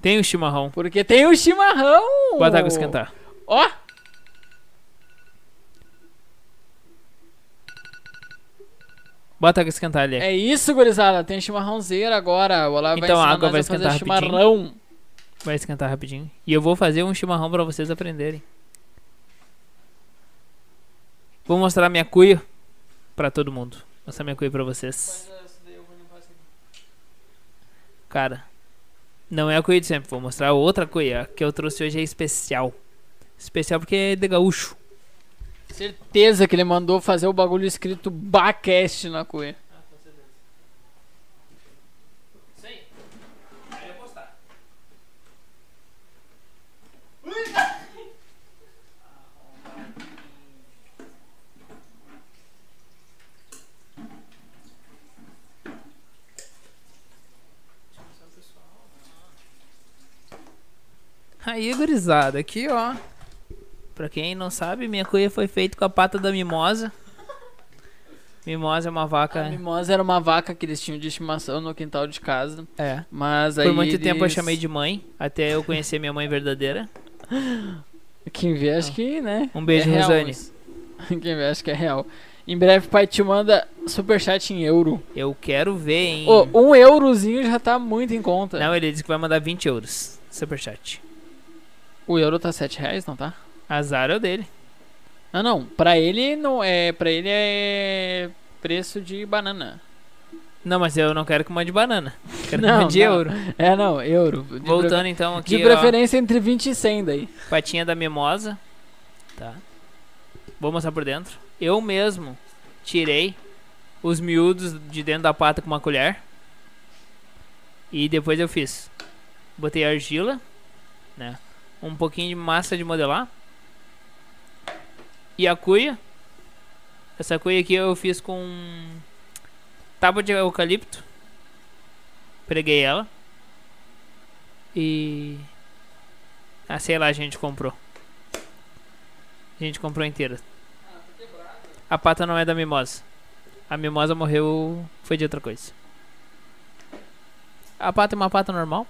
A: Tem o chimarrão.
B: Porque tem o chimarrão!
A: Bota a água esquentar.
B: Ó!
A: Bota a água esquentar ali.
B: É isso, gurizada. Tem chimarrãozeira agora. O Olá vai
A: Então a
B: ensinar
A: água
B: nós
A: vai
B: a fazer
A: esquentar rapidinho.
B: chimarrão.
A: Vai esquentar rapidinho. E eu vou fazer um chimarrão pra vocês aprenderem. Vou mostrar minha cuia pra todo mundo. Mostrar minha cuia pra vocês.
B: é, assim.
A: Cara, não é a cuia de sempre. Vou mostrar outra cuia. A que eu trouxe hoje é especial. Especial porque é de gaúcho.
B: Certeza que ele mandou fazer o bagulho escrito Bacast na cuia.
A: Aí, gurizada, aqui ó. Pra quem não sabe, minha cuia foi feita com a pata da mimosa. Mimosa é uma vaca.
B: A mimosa era uma vaca que eles tinham de estimação no quintal de casa.
A: É.
B: Mas aí.
A: Por muito
B: eles...
A: tempo eu chamei de mãe, até eu conhecer minha mãe verdadeira.
B: Quem vê, acho que, né?
A: Um beijo,
B: é real,
A: Rosane.
B: mas- *laughs* Quem vê, acho que é real. Em breve, pai te manda superchat em euro.
A: Eu quero ver, hein?
B: Ô, um eurozinho já tá muito em conta.
A: Não, ele disse que vai mandar 20 euros. Superchat.
B: O euro tá 7 reais, não tá?
A: Azar é o dele.
B: Ah, não. Pra ele não é. Pra ele é. Preço de banana.
A: Não, mas eu não quero que mande banana. Quero que
B: Não,
A: mande
B: não.
A: euro.
B: É, não, euro. De
A: Voltando então aqui,
B: pre- De
A: ó,
B: preferência entre 20 e 100 daí.
A: patinha da mimosa. Tá. Vou mostrar por dentro. Eu mesmo tirei os miúdos de dentro da pata com uma colher. E depois eu fiz. Botei argila, né? Um pouquinho de massa de modelar. E a cuia. Essa cuia aqui eu fiz com tábua de eucalipto. Preguei ela. E ah, sei lá, a gente comprou. A gente comprou inteira. A pata não é da mimosa. A mimosa morreu. Foi de outra coisa. A pata é uma pata normal.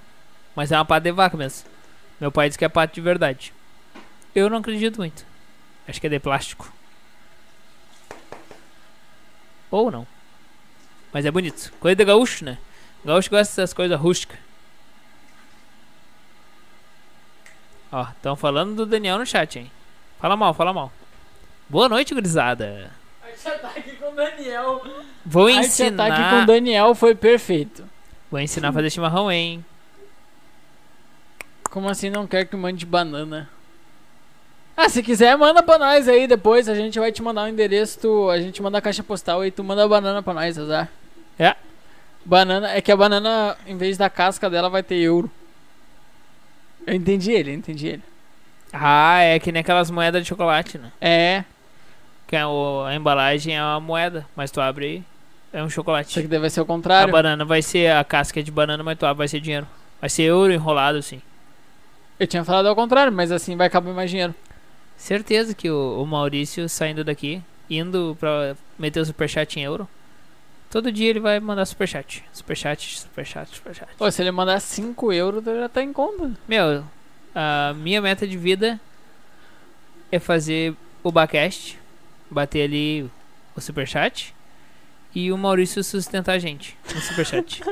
A: Mas é uma pata de vaca mesmo. Meu pai disse que é pata de verdade. Eu não acredito muito. Acho que é de plástico. Ou não. Mas é bonito. Coisa de gaúcho, né? Gaúcho gosta dessas coisas rústicas. Ó, estão falando do Daniel no chat, hein? Fala mal, fala mal. Boa noite, gurizada.
B: Arte-ataque tá com Daniel.
A: Vou
B: Arte-ataque tá com
A: ensinar.
B: Daniel foi perfeito.
A: Vou ensinar a fazer chimarrão, hein?
B: Como assim não quer que mande banana? Ah, se quiser, manda pra nós aí depois. A gente vai te mandar o endereço, tu- a gente manda a caixa postal e tu manda a banana pra nós, azar.
A: É.
B: Banana, é que a banana, em vez da casca dela, vai ter euro. Eu entendi ele, eu entendi ele.
A: Ah, é que nem aquelas moedas de chocolate, né?
B: É,
A: Que é o- a embalagem é uma moeda, mas tu abre é um
B: isso aqui é
A: chocolate.
B: deve ser o
A: A
B: contrário.
A: banana vai ser a casca de banana, mas tu abre vai ser dinheiro. Vai ser ouro enrolado, assim.
B: Eu tinha falado ao contrário, mas assim vai caber mais dinheiro.
A: Certeza que o, o Maurício saindo daqui, indo pra meter o superchat em euro. Todo dia ele vai mandar superchat. Superchat, superchat, superchat.
B: Pô, se ele mandar 5 euros, já tá em conta.
A: Meu, a minha meta de vida é fazer o Bacast, bater ali o Superchat e o Maurício sustentar a gente no Superchat.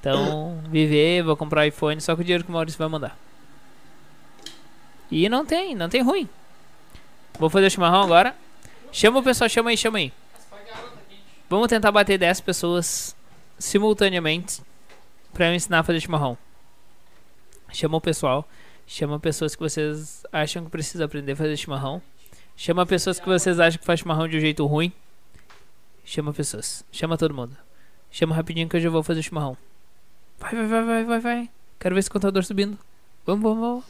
A: então, viver, vou comprar iPhone só com o dinheiro que o Maurício vai mandar. E não tem, não tem ruim. Vou fazer o chimarrão agora. Chama o pessoal, chama aí, chama aí. Vamos tentar bater 10 pessoas simultaneamente pra eu ensinar a fazer chimarrão. Chama o pessoal. Chama pessoas que vocês acham que precisa aprender a fazer chimarrão. Chama pessoas que vocês acham que faz chimarrão de um jeito ruim. Chama pessoas. Chama todo mundo. Chama rapidinho que eu já vou fazer chimarrão. Vai, vai, vai, vai, vai, vai. Quero ver esse contador subindo. Vamos, vamos, vamos.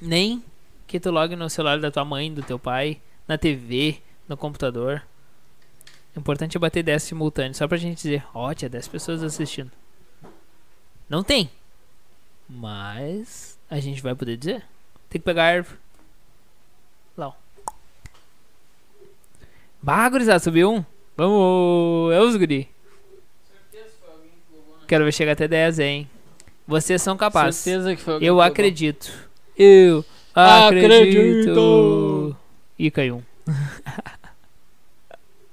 A: Nem que tu logue no celular da tua mãe, do teu pai, na TV, no computador. O importante é bater 10 simultâneos, só pra gente dizer, ó, tinha 10 pessoas assistindo. Não tem. Mas A gente vai poder dizer? Tem que pegar a árvore. Lá, ó. Bah, gurizada, subiu um. Vamos, é os guri. Quero ver chegar até 10, hein. Vocês são capazes.
B: Certeza que foi alguém
A: Eu
B: que
A: acredito. Eu acredito.
B: Acredito.
A: E caiu um.
B: jogou.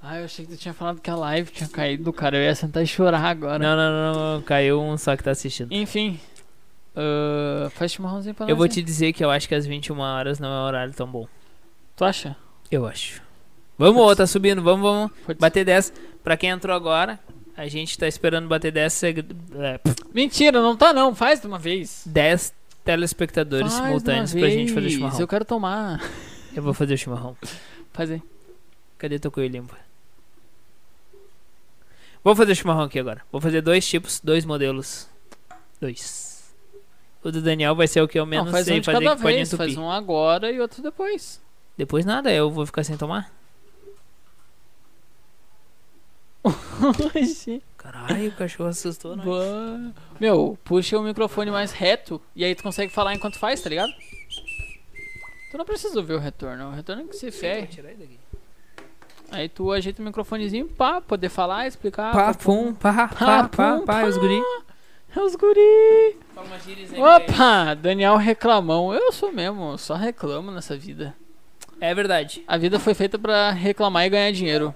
B: Ah, eu achei que tu tinha falado que a live tinha caído, cara. Eu ia sentar e chorar agora.
A: Não, não, não, não, Caiu um só que tá assistindo.
B: Enfim. ah, faz chimarrãozinho pra nós.
A: Eu vou
B: aí.
A: te dizer que eu acho que às 21 horas não é um horário tão bom.
B: Tu acha?
A: Eu acho. Vamos, ô, tá subindo. Vamos, vamos.
B: Pode
A: Bater 10. Pra quem entrou agora, a gente tá esperando bater 10, seg- é, pff,
B: ser. Mentira, não tá não. Faz de uma vez.
A: 10 telespectadores
B: Faz de uma
A: simultâneos pra gente fazer o
B: vez.
A: chimarrão.
B: Eu quero tomar.
A: Eu vou fazer o chimarrão.
B: Faz aí.
A: Cadê teu coelho limpo? Vou fazer o chimarrão aqui agora. Vou fazer dois tipos, dois modelos. Dois. O do Daniel vai ser o que eu menos
B: não, faz
A: sei
B: um de
A: fazer,
B: cada
A: que pode
B: vez.
A: entupir.
B: Faz um agora e outro depois. *laughs*
A: Depois nada, eu vou ficar sem tomar.
B: Oxi.
A: Caralho, o cachorro assustou, né?
B: Boa. Meu, puxa o microfone mais reto e aí tu consegue falar enquanto faz, tá ligado? Tu não precisa ouvir o retorno, o retorno é que se ferre. Aí tu ajeita o microfonezinho pra poder falar, explicar.
A: Pá, pum, pá, pá, pá, pá, os guri.
B: É os guri. Opa, Daniel reclamão. Eu sou mesmo, só reclamo nessa vida.
A: É verdade.
B: A vida foi feita pra reclamar e ganhar dinheiro.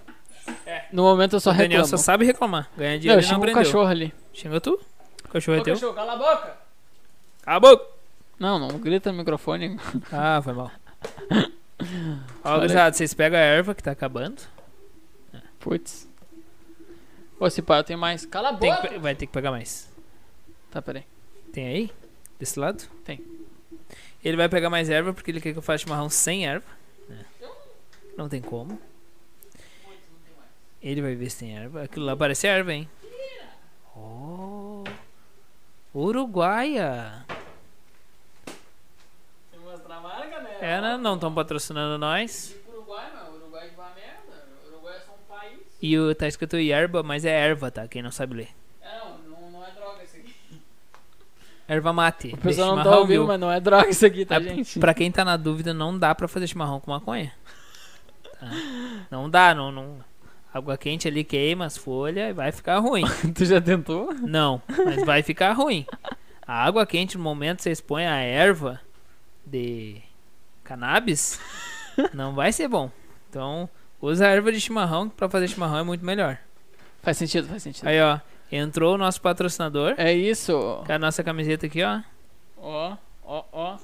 B: No momento eu É. só
A: o Daniel
B: reclamo.
A: só sabe reclamar. Ganha
B: Não,
A: dinheiro
B: eu
A: e não
B: xingo o
A: aprendeu.
B: cachorro ali.
A: Xingou tu? O cachorro é
B: Ô,
A: teu?
B: cachorro, cala a boca.
A: Acabou!
B: Não, não grita no microfone. *laughs*
A: Ah, foi mal. Ó,
B: Olha.
A: gurizada, vocês pegam a erva que tá acabando.
B: Putz. Ô, se pá, eu tenho mais. Cala a
A: Tem
B: boca.
A: que pe- vai ter que pegar mais.
B: Tá, peraí.
A: Tem aí? Desse lado?
B: Tem.
A: Ele vai pegar mais erva porque ele quer que eu faça chimarrão sem erva. né? Não tem como. Ele vai ver se tem erva. Aquilo lá parece erva, hein? Oh. Uruguaia.
B: Tem que mostrar a marca, né?
A: É, né? não estão patrocinando nós.
B: Tipo Uruguai, mano. Uruguai de uma merda. Uruguai é só um país.
A: E o, tá escrito erva, mas é erva, tá? Quem não sabe ler.
B: É, não, não, não é droga isso aqui.
A: Erva mate.
B: O pessoal não tá
A: Chimarrão,
B: ouvindo,
A: viu?
B: mas não é droga isso aqui, tá,
A: Ah,
B: gente?
A: Pra quem tá na dúvida, não dá pra fazer chimarrão com maconha. Tá? Não dá, não, não. Água quente ali queima as folhas e vai ficar ruim.
B: *laughs* tu já tentou?
A: Não, mas vai ficar ruim. A água quente, no momento que você expõe a erva de cannabis, não vai ser bom. Então, usa a erva de chimarrão, que pra fazer chimarrão é muito melhor.
B: Faz sentido, faz sentido.
A: Aí, ó, entrou o nosso patrocinador,
B: É isso.
A: com a nossa camiseta aqui, ó.
B: Ó, ó, ó.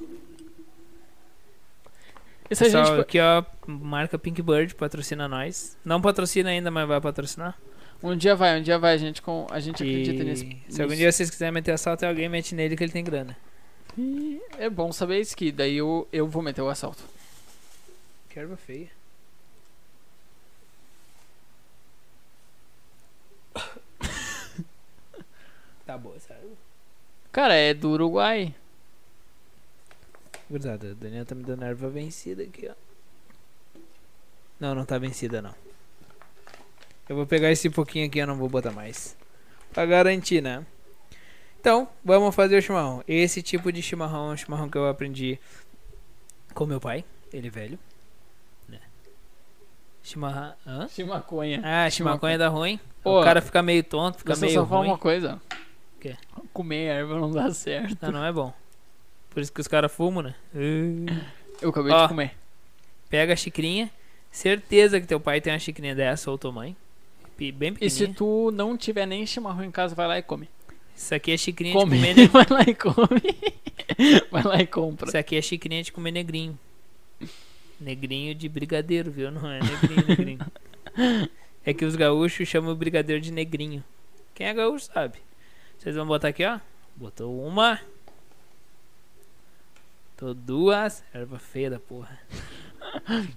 B: E se a
A: Pessoal,
B: gente.
A: aqui, ó, marca Pinkbird, patrocina nós. Não patrocina ainda, mas vai patrocinar.
B: Um dia vai, um dia vai, a gente, com... a gente acredita
A: E
B: nisso.
A: Se algum
B: nisso.
A: dia vocês quiserem meter assalto em alguém, mete nele que ele tem grana.
B: E é bom saber isso, que daí eu, eu vou meter o assalto.
A: Que erva
B: *laughs*
A: feia. tá boa essa erva.
B: Cara, é do Uruguai.
A: Gurizada, o Daniel tá me dando erva vencida aqui, ó. Não, não tá vencida, não. Eu vou pegar esse pouquinho aqui, eu não vou botar mais. Pra garantir, né? Então, vamos fazer o chimarrão. Esse tipo de chimarrão é um chimarrão que eu aprendi com meu pai. Ele é velho. Né? Chimarrão... Hã?
B: Chimaconha.
A: Ah, chimarrão dá ruim.
B: Ô,
A: o cara fica meio tonto, fica
B: Deixa eu
A: meio
B: É, só falar
A: ruim.
B: uma coisa.
A: O quê?
B: Comer erva não dá certo.
A: Não, não é bom. Por isso que os caras fumam, né?
B: Eu acabei
A: Ó.
B: de comer.
A: Pega a xicrinha. Certeza que teu pai tem uma xicrinha dessa ou tua mãe. Pe- Bem
B: E se
A: pequenininha.
B: tu não tiver nem chimarrão em casa, vai lá e come.
A: Isso aqui é xicrinha
B: Come.
A: de comer ne-
B: *laughs* vai lá e come.
A: *laughs*
B: Vai lá e compra.
A: Isso aqui é xicrinha de comer negrinho. Negrinho de brigadeiro, viu? Não é negrinho, negrinho.
B: *laughs*
A: É que os gaúchos chamam o brigadeiro de negrinho. Quem é gaúcho sabe. Vocês vão botar aqui, ó. Botou uma. Botou duas. Erva feia da porra.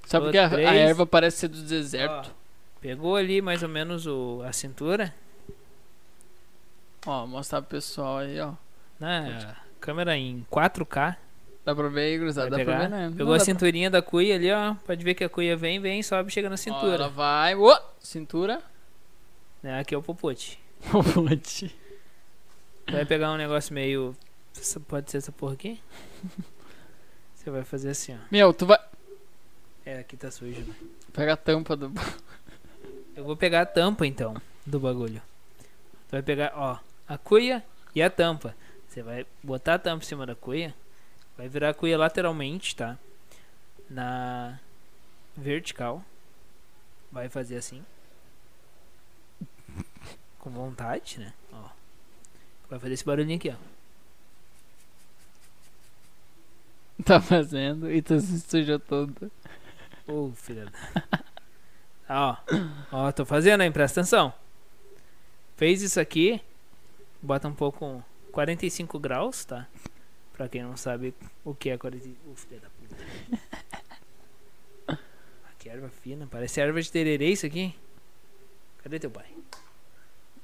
B: Só porque a,
A: Três.
B: a erva parece ser do deserto.
A: Pegou ali mais ou menos o, a cintura.
B: Ó, mostrar pro pessoal aí, ó.
A: né?
B: É.
A: Câmera em 4K.
B: Dá pra ver aí, gurizada? Dá
A: Vai
B: pra
A: pegar.
B: ver, né?
A: Pegou
B: Não
A: a
B: dá
A: cinturinha da cuia ali, ó. Pode ver que a cuia vem, vem, sobe, chega na
B: pra- Ó,
A: cintura.
B: ela vai. Ô,
A: *laughs*
B: cintura.
A: né? Aqui é o popote.
B: Popote.
A: Vai pegar um negócio meio Essa- Pode ser essa porra aqui? Você vai fazer assim, ó.
B: Meu, tu vai.
A: É, aqui tá sujo, né?
B: Pega a tampa do.
A: Eu vou pegar a tampa, então, do bagulho. Tu vai pegar, ó, a cuia e a tampa. Você vai botar a tampa em cima da cuia. Vai virar a cuia lateralmente, tá? Na vertical. Vai fazer assim. Com vontade, né? Ó. Vai fazer esse barulhinho aqui, ó.
B: *laughs* Tá fazendo e tu se sujou todo.
A: Ô, filha da. Ó, ó, tô fazendo aí, presta atenção. Fez isso aqui, bota um pouco 45 graus, tá? Pra quem não sabe o que é 45. Ô, filha da puta. Ah, Que erva fina, parece erva de tererê isso aqui. Cadê teu pai?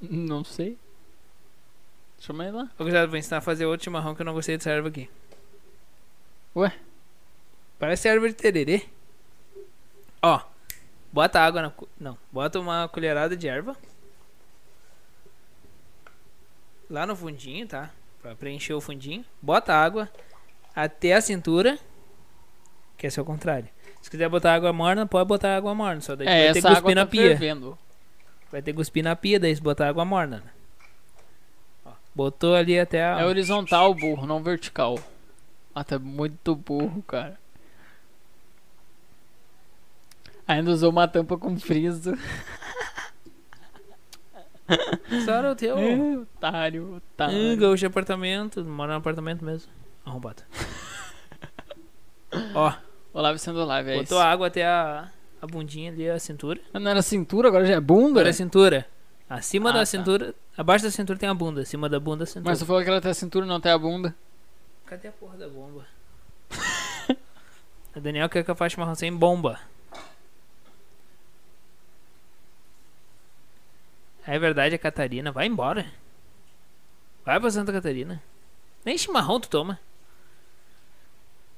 B: Não sei. Chama ele lá.
A: Ô, gurizada, vou ensinar a fazer outro chimarrão que eu não gostei dessa erva aqui.
B: Ué?
A: Parece erva de tererê. Ó, bota água na. cu- Não, bota uma colherada de erva. Lá no fundinho, tá? Pra preencher o fundinho. Bota água até a cintura. Que esse é o contrário. Se quiser botar água morna, pode botar água morna. Só daí tu
B: É,
A: vai ter que
B: essa água
A: cuspir na
B: tá
A: pia.
B: fervendo.
A: Vai ter que cuspir na pia, daí se botar água morna. né? Ó, botou ali até a.
B: É horizontal, burro, não vertical. Ah, tá muito burro, cara. Ainda usou uma tampa com friso.
A: Sara, o teu.
B: É, otário,
A: Ah,
B: otário.
A: gaúcho de apartamento, mora no apartamento mesmo. Arrombado. Ó,
B: Olavo sendo Olavo, é isso.
A: botou a água até a, a bundinha ali, a cintura. Né?
B: Não era cintura, agora já é bunda?
A: Agora a cintura. Acima
B: Ah,
A: da
B: tá.
A: cintura, abaixo da cintura tem a bunda, acima da bunda a cintura.
B: Mas tu falou que ela tem a cintura e não tem a bunda.
A: Cadê a porra da bomba? *laughs* o Daniel quer que eu faça chimarrão sem bomba. É verdade, a Catarina. Vai embora. Vai pra Santa Catarina. Nem chimarrão tu toma.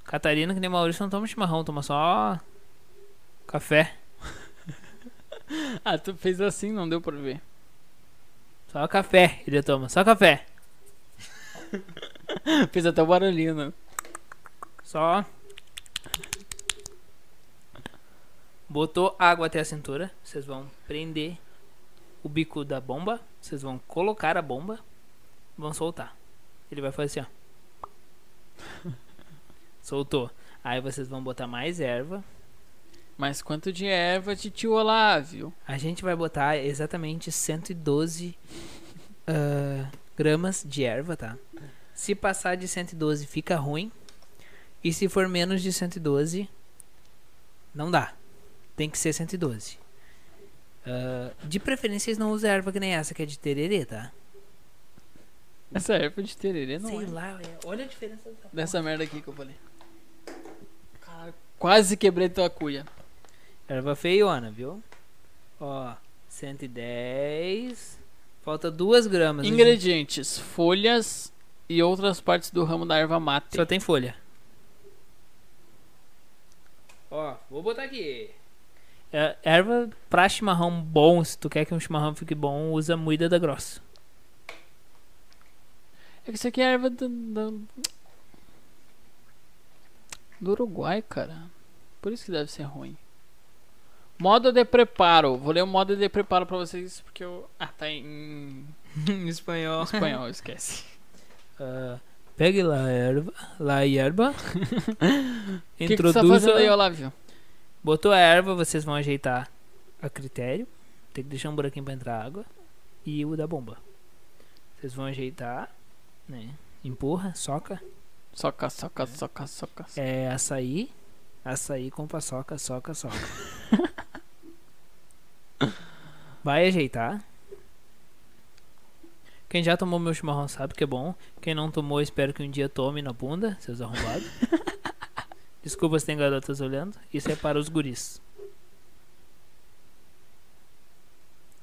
A: Catarina, que nem Maurício, não toma chimarrão, toma só café.
B: *laughs* Ah, tu fez assim, não deu pra ver.
A: Só café ele toma, só café.
B: *laughs* Fez até o barulhinho, né?
A: Só. Botou água até a cintura. Vocês vão prender o bico da bomba. Vocês vão colocar a bomba. Vão soltar. Ele vai fazer assim, ó. *laughs* Soltou. Aí vocês vão botar mais erva.
B: Mas quanto de erva de tio Olávio?
A: A gente vai botar exatamente 112 ah, gramas de erva, tá? Se passar de 112 fica ruim. E se for menos de 112, não dá. Tem que ser 112. Ah, de preferência, vocês não usam erva que nem essa que é de tererê, tá?
B: Essa erva de tererê não
A: Sei
B: é.
A: lá, é- olha a diferença dessa
B: Dessa merda aqui que eu falei. Caralho, quase quebrei tua cuia.
A: Erva feiona, viu? Ó, 110. Falta 2 gramas. né, gente?
B: Ingredientes: folhas e outras partes do ramo da erva mate.
A: Só tem folha. Ó, vou botar aqui. É, erva pra chimarrão bom, se tu quer que um chimarrão fique bom, usa moída da grossa.
B: É que isso aqui é erva do, do... do Uruguai, cara. Por isso que deve ser ruim. Modo de preparo. Vou ler o modo de preparo pra vocês porque eu. Ah,
A: *laughs*
B: tá *laughs* em
A: em espanhol.
B: espanhol, esquece.
A: Ah, pegue lá erva, lá *laughs* erva.
B: *laughs* O que, que tu tá fazendo aí, Olávio?
A: Botou a erva, vocês vão ajeitar a critério. Tem que deixar um buraquinho pra entrar água. E o da bomba. Vocês vão ajeitar, né? Empurra, soca.
B: Soca, soca, soca, soca. soca.
A: É açaí, açaí com paçoca, soca, soca. Vai ajeitar. Quem já tomou meu chimarrão sabe que é bom. Quem não tomou, espero que um dia tome na bunda, seus arrombados. Desculpa se tem garotas olhando. Isso é para os guris.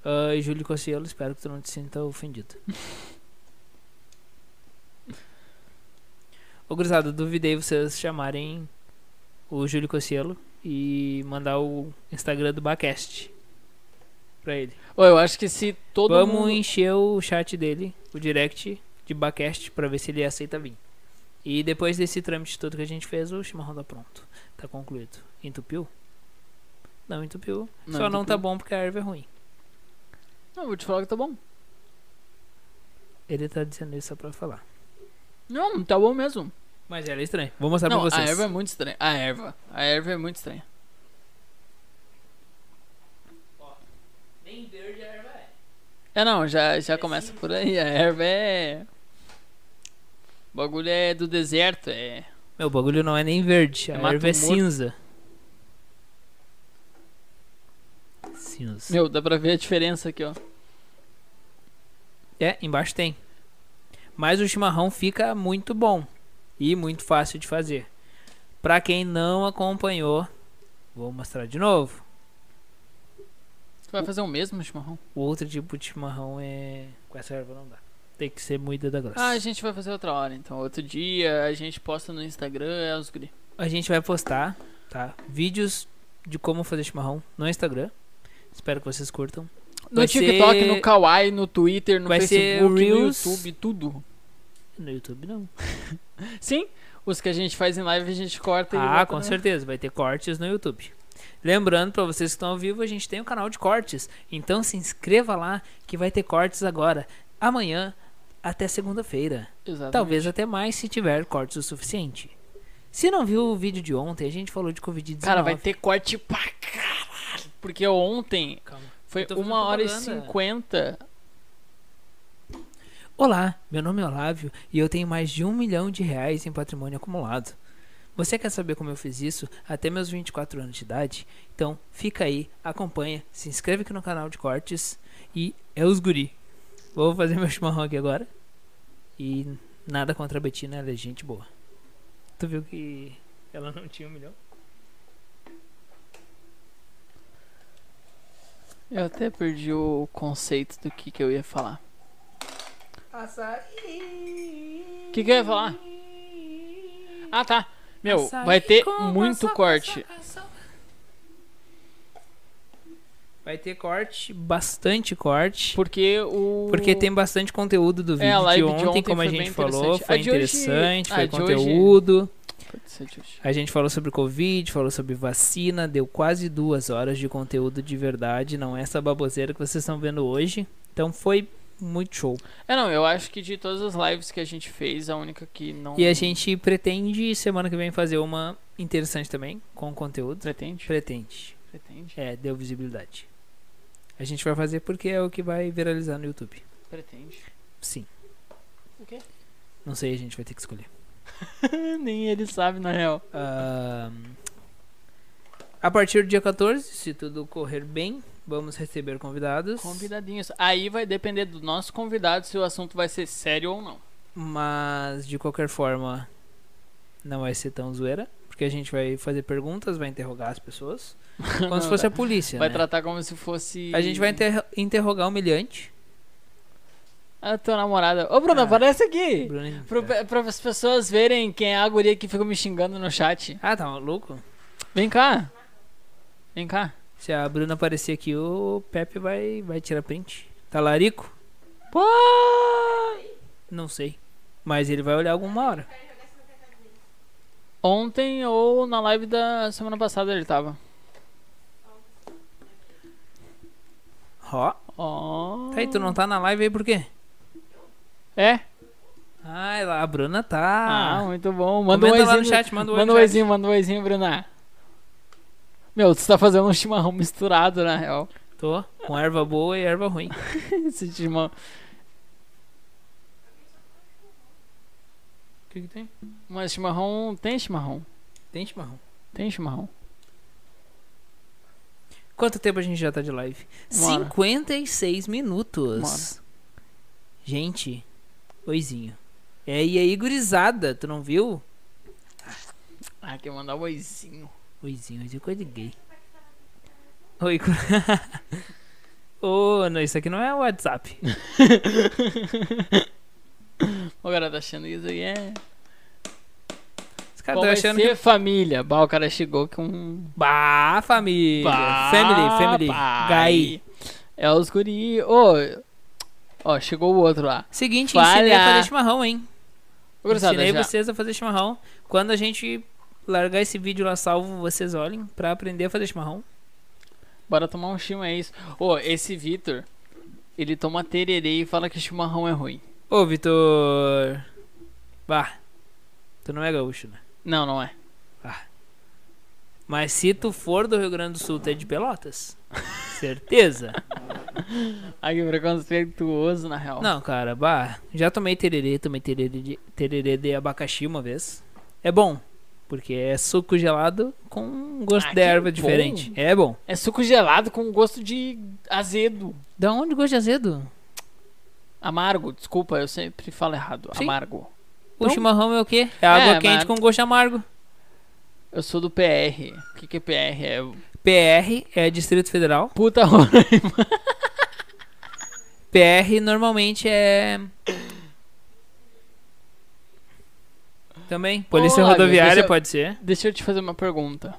A: Ah, e Júlio Cossielo, espero que tu não te sinta ofendido. Ô, gurizada, duvidei vocês chamarem o Júlio Cossielo e mandar o Instagram do Bacast pra ele.
B: Ô, eu acho que se todo
A: Vamos
B: mundo.
A: encher o chat dele, o direct, de Bacast pra ver se ele aceita vir. E depois desse trâmite todo que a gente fez, o chimarrão tá pronto. Tá concluído. Entupiu? Não entupiu.
B: Não
A: Só não tá
B: entupiu.
A: bom porque a erva é ruim.
B: Não, eu vou te falar que tá bom.
A: Ele tá dizendo isso só pra falar.
B: Não, tá bom mesmo.
A: Mas ela é estranha. Vou mostrar
B: não,
A: pra vocês.
B: a erva é muito estranha. A erva. A erva é muito estranha.
A: Nem verde a erva é.
B: É não, já, já começa por aí. A erva é. O bagulho é do deserto, é.
A: Meu, o bagulho não é nem verde. A
B: É mato
A: erva é
B: morto.
A: cinza. Cinza.
B: Meu, dá pra ver a diferença aqui, ó.
A: É, embaixo tem. Mas o chimarrão fica muito bom e muito fácil de fazer. Pra quem não acompanhou, vou mostrar de novo.
B: Tu vai fazer o mesmo chimarrão?
A: O outro tipo de chimarrão é com essa erva não dá. Tem que ser moída da grossa.
B: Ah, a gente vai fazer outra hora, então. Outro dia a gente posta no Instagram, é os guri.
A: A gente vai postar, tá? Vídeos de como fazer chimarrão no Instagram. Espero que vocês curtam.
B: No
A: Vai
B: TikTok,
A: ser-
B: no Kawaii, no Twitter, no
A: Vai ser
B: Facebook,
A: Reels.
B: no YouTube, tudo.
A: No YouTube não.
B: Sim, os que a gente faz em live a gente corta e.
A: Ah,
B: bota
A: com
B: no-
A: certeza, vai ter cortes no YouTube. Lembrando pra vocês que estão ao vivo, a gente tem um canal de cortes. Então se inscreva lá que vai ter cortes agora, amanhã até segunda-feira.
B: Exatamente.
A: Talvez até mais se tiver cortes o suficiente. Se não viu o vídeo de ontem, a gente falou de Covid-19.
B: Cara, vai ter corte pra caralho. Porque ontem
A: Calma.
B: foi
A: Eu tô fazendo
B: uma hora e
A: propaganda.
B: 50.
A: Olá, meu nome é Olávio e eu tenho mais de um milhão de reais em patrimônio acumulado. Você quer saber como eu fiz isso até meus 24 anos de idade? Então fica aí, acompanha, se inscreve aqui no canal de cortes e é os guri. Vou fazer meu chimarrão aqui agora. E nada contra a Betina, ela é gente boa. Tu viu que ela não tinha um milhão?
B: Eu até perdi o conceito do que, que eu ia falar.
A: Açaí!
B: O que, que eu ia falar? Ah, tá. Meu, vai ter muito corte.
A: Vai ter corte, bastante corte.
B: Porque o.
A: Porque tem bastante conteúdo do vídeo
B: É, a
A: de,
B: live de
A: ontem,
B: ontem
A: como a
B: foi bem
A: gente falou.
B: interessante.
A: Foi
B: A de hoje-
A: interessante,
B: a
A: foi
B: de hoje-
A: conteúdo.
B: Pode ser de hoje.
A: A gente falou sobre Covid, falou sobre vacina, deu quase duas horas de conteúdo de verdade, não é essa baboseira que vocês estão vendo hoje. Então foi muito show.
B: É, não, eu acho que de todas as lives que a gente fez, a única que não.
A: E a gente pretende semana que vem fazer uma interessante também, com conteúdo.
B: Pretende?
A: Pretende.
B: Pretende?
A: É, deu visibilidade. A gente vai fazer porque é o que vai viralizar no YouTube.
B: Pretende.
A: *laughs* Sim.
B: O quê?
A: Não sei, a gente vai ter que escolher.
B: Nem ele sabe, na real.
A: Ahn, a partir do dia 14, se tudo correr bem, vamos receber convidados.
B: Convidadinhos. Aí vai depender do nosso convidado se o assunto vai ser sério ou não.
A: Mas, de qualquer forma, não vai ser tão zoeira. Porque a gente vai fazer perguntas, vai interrogar as
B: *laughs*
A: pessoas. Como se fosse a polícia,
B: Vai
A: né?
B: tratar como se fosse.
A: A gente vai inter- interrogar o humilhante.
B: A tua namorada. Ô, Bruno,
A: Ah.
B: aparece aqui!
A: Bruno-
B: Pro, Pra as pessoas verem quem é a guria que fica me xingando no chat.
A: Ah, tá maluco?
B: Vem cá! Vem cá.
A: Se a Bruna aparecer aqui, o Pepe vai, vai tirar print. Tá Talarico?
B: Pô!
A: Não sei. Mas ele vai olhar alguma hora.
B: Ontem ou na live da semana passada ele tava.
A: Ó.
B: Ó.
A: Tá aí, tu não tá na live aí por quê?
B: É?
A: Ah, ela- a Bruna
B: Ah,
A: tá.
B: muito bom. Manda
A: Comenta
B: um
A: lá no
B: oizinho-
A: chat, manda um oi
B: Manda
A: no
B: um
A: chat.
B: oizinho, manda um oizinho, Bruna. Meu, tu tá fazendo um chimarrão misturado, na real. *laughs*
A: Tô. Com erva boa e erva ruim.
B: Esse chimarrão.
A: O que, que tem?
B: Mas chimarrão. Tem chimarrão?
A: Tem chimarrão.
B: Tem chimarrão?
A: Quanto tempo a gente já tá de live?
B: Uma hora.
A: 56 minutos.
B: Uma
A: Gente, oizinho. É, e aí, gurizada, tu não viu?
B: Ah, quer mandar um oizinho.
A: Oizinho, oizinho, coisa de gay. Oi, cu- *laughs* Ô, não, isso aqui não é WhatsApp.
B: O cara tá achando isso aí é.
A: Os
B: Cara,
A: caras estão achando Tá que.
B: é família. Bah, o cara chegou com. um
A: Bah, família!
B: Bah,
A: family, family.
B: pai.
A: Gai.
B: É os guri. Ô, Ó, chegou o outro lá.
A: Seguinte,
B: Falha.
A: ensinei a fazer chimarrão, hein?
B: Ô, Gurizada,
A: ensinei
B: já.
A: vocês a fazer chimarrão. Quando a gente largar esse vídeo lá salvo, vocês olhem pra aprender a fazer chimarrão.
B: Bora tomar um chimarrão, é isso. Ô, esse Vitor, ele toma tererê e fala que chimarrão é ruim.
A: Ô, Vitor. Bah, tu não é gaúcho, né?
B: Não, não é.
A: Mas se tu for do Rio Grande do Sul, tu é de
B: *laughs*
A: Pelotas. Certeza?
B: Ai, que preconceituoso, na real.
A: Não, cara, bah, já tomei tererê, tomei tererê de, tererê de abacaxi uma vez. É bom, porque é suco gelado com um gosto
B: Ah,
A: de
B: que
A: erva
B: bom.
A: diferente. É bom.
B: É suco gelado com gosto de azedo.
A: Da onde gosto de azedo?
B: Amargo, desculpa, eu sempre falo errado.
A: Sim.
B: Amargo.
A: O
B: Não.
A: chimarrão é o quê? É água
B: É,
A: quente
B: mas-
A: com gosto amargo.
B: Eu sou do PR. O que, que é PR? É
A: PR é Distrito Federal.
B: puta *laughs* Roraima.
A: PR normalmente é. Também. Polícia
B: Lago,
A: rodoviária
B: você-
A: pode ser.
B: Deixa eu te fazer uma pergunta.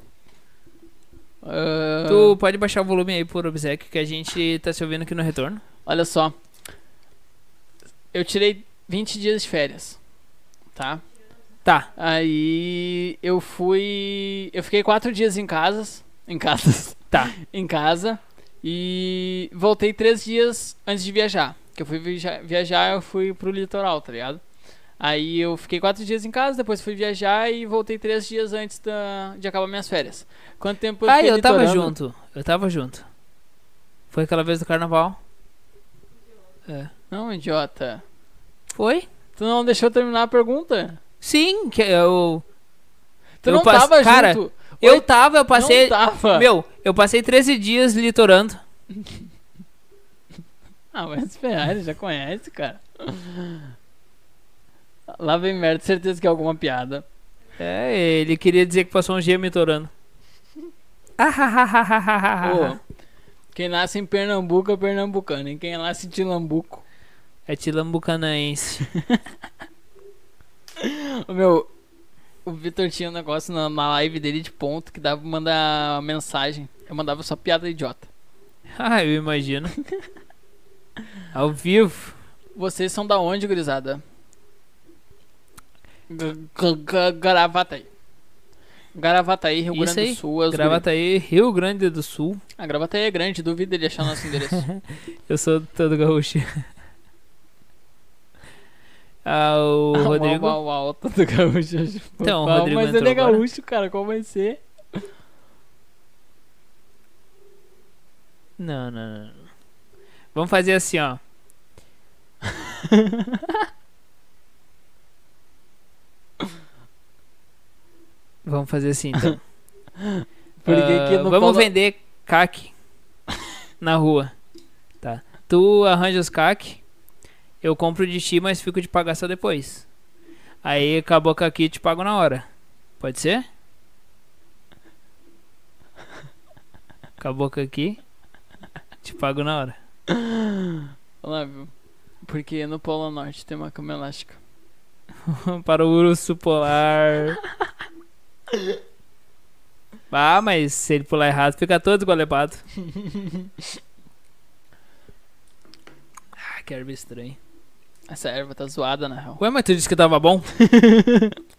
B: Ah,
A: Tu pode baixar o volume aí por obséquio que a gente tá se ouvindo aqui no retorno.
B: Olha só. Eu tirei 20 dias de férias. Tá?
A: Tá.
B: Aí eu fui. Eu fiquei quatro dias em casa. Em casa.
A: Tá.
B: *laughs* em casa. E voltei três dias antes de viajar. Que eu fui viaja- viajar, eu fui pro litoral, tá ligado? Aí eu fiquei quatro dias em casa, depois fui viajar e voltei três dias antes da- de acabar minhas férias. Quanto tempo eu
A: Ah,
B: fiquei
A: eu tava
B: litorando?
A: junto. Eu tava junto. Foi aquela vez do carnaval? É.
B: Não, idiota.
A: Foi?
B: Tu não deixou eu terminar a pergunta?
A: Sim, que eu.
B: Tu
A: Eu
B: não
A: passe-
B: tava
A: cara,
B: junto.
A: Eu
B: Oi,
A: tava, eu passei.
B: Não tava.
A: Meu, eu passei 13 dias litorando.
B: Ah, mas Ferrari já conhece, cara. Lá vem merda, certeza que é alguma piada.
A: É, ele queria dizer que passou um dia me torando.
B: *laughs* Ô, quem nasce em Pernambuco é pernambucano, e quem nasce em Tilambuco.
A: É tilambucanaense.
B: Ô, meu, o Vitor tinha um negócio na, na live dele de ponto que dava pra mandar mensagem. Eu mandava só piada idiota.
A: *laughs* ah, eu imagino. Ao vivo.
B: Vocês são da onde, gurizada? G- g- g- Gravataí. Gravataí, Rio
A: Isso
B: Grande
A: aí,
B: do Sul. as guri-
A: Gravataí, Rio Grande do Sul.
B: A Gravataí é grande, duvido ele achar nosso endereço.
A: Eu sou todo gaúcho. *laughs*
B: *laughs*
A: ah, *laughs* o
B: Ah,
A: Rodrigo.
B: Mal, mal, alta do gaúcho. acho que
A: Então,
B: foi
A: o
B: mal,
A: Rodrigo
B: Mas ele
A: entrou
B: é
A: agora.
B: gaúcho, cara. Qual vai ser?
A: Não, não, não. não. Vamos fazer assim, ó. *laughs* Vamos fazer assim, *laughs* então.
B: Por que
A: Ah,
B: que não
A: vamos
B: fala-
A: vender cac na rua. Tá. Tu arranja os cac, eu compro de ti, mas fico de pagar só depois. Aí acabou com aqui e te pago na hora. Pode *laughs* ser? Acabou com aqui, te pago na hora. *laughs*
B: Olavo, porque no Polo Norte tem uma cama elástica.
A: para o urso
B: *laughs*
A: polar. Ah, mas se ele pular errado, fica todo
B: *laughs*
A: golepado. ah, que erva estranha.
B: Essa erva tá zoada, na real.
A: Ué, mas tu disse que tava
B: *laughs*
A: bom?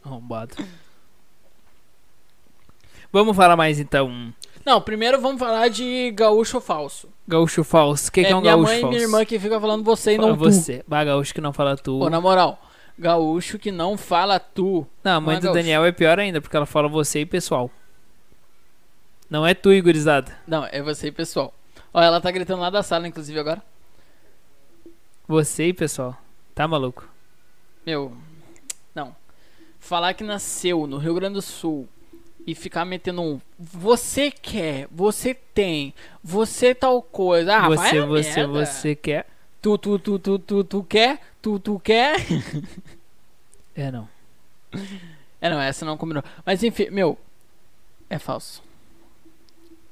A: Arrombado. Vamos falar mais então.
B: Não, primeiro vamos falar de gaúcho falso.
A: Gaúcho falso. O que, que é um
B: minha
A: gaúcho
B: mãe
A: falso?
B: e minha irmã que fica falando você e
A: Fala
B: não tu.
A: você. Bah, gaúcho que não fala tu.
B: Ô, na moral, gaúcho que não fala tu.
A: Não, a mãe
B: Não é
A: do
B: gaúcho.
A: Daniel é pior ainda, porque ela fala você e pessoal. Não é tu, Igorizada.
B: Não, é você e pessoal. Ó, ela tá gritando lá da sala, inclusive, agora.
A: Você e pessoal. Tá maluco?
B: Meu, não. Falar que nasceu no Rio Grande do Sul e ficar metendo um você quer, você tem, você tal coisa. Ah, vai
A: você,
B: a
A: você,
B: merda.
A: você quer.
B: Tu, tu, tu, tu, tu, tu quer, tu, tu quer.
A: É, não.
B: É, não, essa não combinou. Mas enfim, meu, é falso.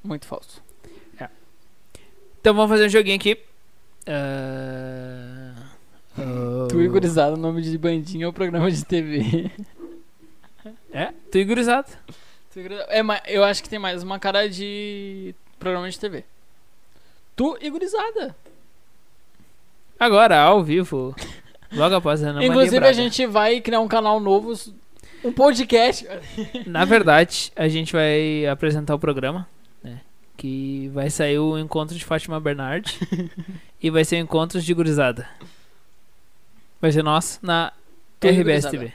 B: Muito falso.
A: Então vamos fazer um joguinho aqui. Ah, oh.
B: Tu igorizado o nome de bandinha é o programa
A: *laughs*
B: de TV.
A: É? Tu igorizado.
B: Tu Igorizado- é, mas eu acho que tem mais uma cara de programa de TV. Tu igorizada.
A: Agora, ao
B: *laughs*
A: vivo. Logo após a Ana Maria
B: Inclusive, a
A: Braga.
B: gente vai criar um canal novo, um podcast.
A: Na verdade, a gente vai apresentar o programa, né? Que vai sair o encontro de Fátima
B: *laughs*
A: Bernard e vai ser encontros de gurizada. Vai ser nosso na
B: Tudo
A: RBS
B: gurizada.
A: TV.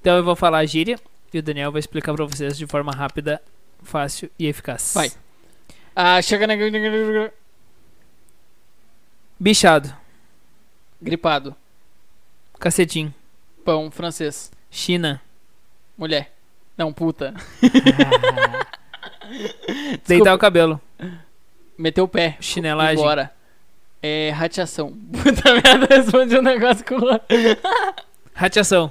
A: Então eu vou falar a gíria e o Daniel vai explicar pra vocês de forma rápida, fácil e eficaz.
B: Vai. Ah, chega na.
A: Bichado,
B: Gripado.
A: cacetinho,
B: Pão francês. *laughs*
A: China,
B: Mulher. Não, puta.
A: deitar o cabelo,
B: Meteu o pé.
A: chinelagem,
B: Bora. É. Rateação. *laughs* Puta merda, respondi um negócio com o outro.
A: rateação,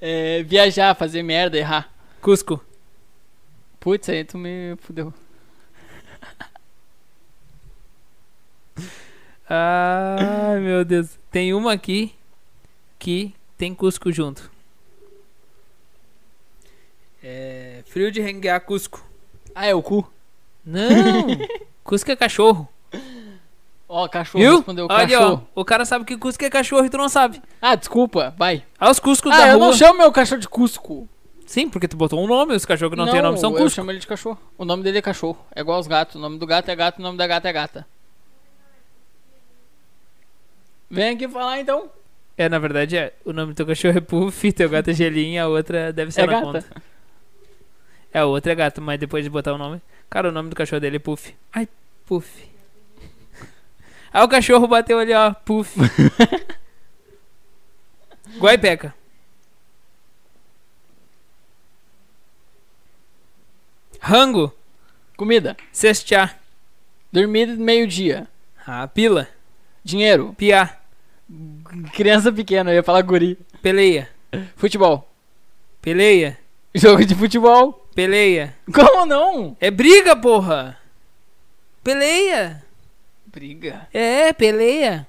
B: É. Viajar, fazer merda, errar.
A: Cusco,
B: Putz, aí tu me fudeu.
A: Ai, meu Deus. Tem uma aqui que tem Cusco junto. É, frio de renguear Cusco.
B: Ah, é o cu. *laughs*
A: Não! Cusco é cachorro.
B: Ó, cachorro
A: Viu?
B: respondeu
A: Olha,
B: cachorro.
A: ó. O cara sabe que Cusco é cachorro e tu não sabe.
B: Ah, desculpa, vai.
A: Ah, os Cuscos
B: Ah,
A: da
B: eu
A: rua.
B: não chamo meu cachorro de Cusco.
A: Sim, porque tu botou um nome. Os cachorros que não, tem nome são
B: Eu
A: Cusco.
B: chamo ele de cachorro. O nome dele é cachorro. É igual aos gatos. O nome do gato é gato, o nome da gata é gata. Vem aqui falar então.
A: É, na verdade, é. O nome do teu cachorro é Puff, *laughs* teu gato é Gelinha, a outra deve ser
B: É
A: na
B: gata.
A: conta. É, a outra é gato, mas depois de botar o nome. Cara, o nome do cachorro dele é Puff. Ai, Puff. *laughs* Ah, o cachorro bateu ali, ó.
B: *laughs*
A: Puff. Guaipeca. Rango.
B: Comida.
A: Cestear.
B: Dormir meio-dia.
A: Ah, pila.
B: Dinheiro.
A: Piá.
B: Criança pequena, eu ia falar guri.
A: Peleia.
B: Futebol.
A: Peleia.
B: Jogo de futebol.
A: Peleia.
B: Como não?
A: É briga, porra! Peleia!
B: Briga.
A: É, peleia!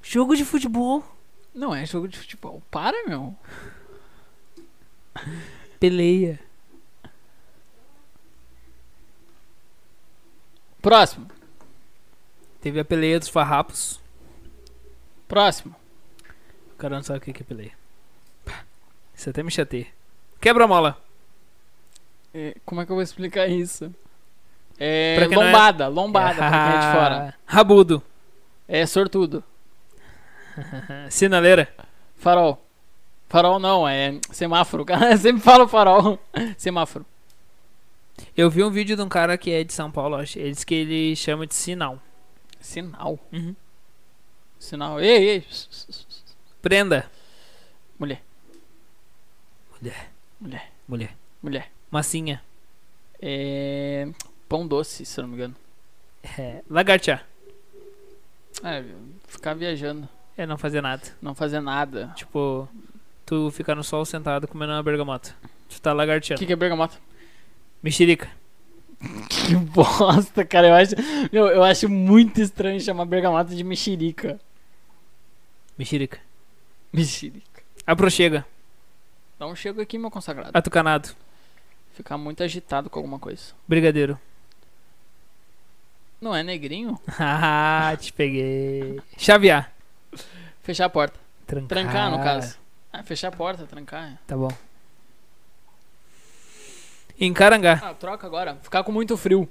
A: Jogo de futebol.
B: Não é jogo de futebol. Para, meu.
A: Peleia.
B: Próximo.
A: Teve a peleia dos farrapos.
B: Próximo.
A: O cara não sabe o que que é peleia. Pá, Isso até me chateia. Quebra-mola.
B: É, Como é que eu vou explicar isso? É.
A: Pra quem não é-
B: Lombada, lombada, pra quem é de
A: *laughs*
B: fora.
A: Ah, Rabudo.
B: É sortudo.
A: Sinaleira.
B: Farol. Farol não, é semáforo. *laughs* Cara, eu sempre falo farol. Semáforo.
A: Eu vi um vídeo de um cara que é de São Paulo, acho. Ele disse que ele chama de sinal.
B: Sinal. Sinal. Ei, ei.
A: Prenda.
B: Mulher.
A: Mulher.
B: Mulher.
A: Massinha.
B: É. Pão doce, se eu não me engano.
A: É, lagartear.
B: É, ficar viajando,
A: É não fazer nada.
B: não fazer nada.
A: Tipo, tu ficar no sol sentado comendo uma bergamota. Tu tá
B: O
A: lagarteando.
B: que, que é bergamota? *laughs*
A: Mexerica.
B: Que bosta, cara. Eu acho, meu, eu acho muito estranho chamar bergamota de mexerica.
A: Mexerica.
B: Mexerica.
A: Aprochega.
B: Não chego aqui, meu consagrado.
A: Atucanado.
B: Ficar muito agitado com alguma coisa.
A: Brigadeiro. *laughs*
B: Não é negrinho?
A: Ah, te peguei. Chavear.
B: Fechar a porta.
A: Trancar.
B: Trancar, no caso. Ah, fechar a porta, trancar. é.
A: Tá bom. Encarangar.
B: Ah, troca agora. Ficar com muito frio.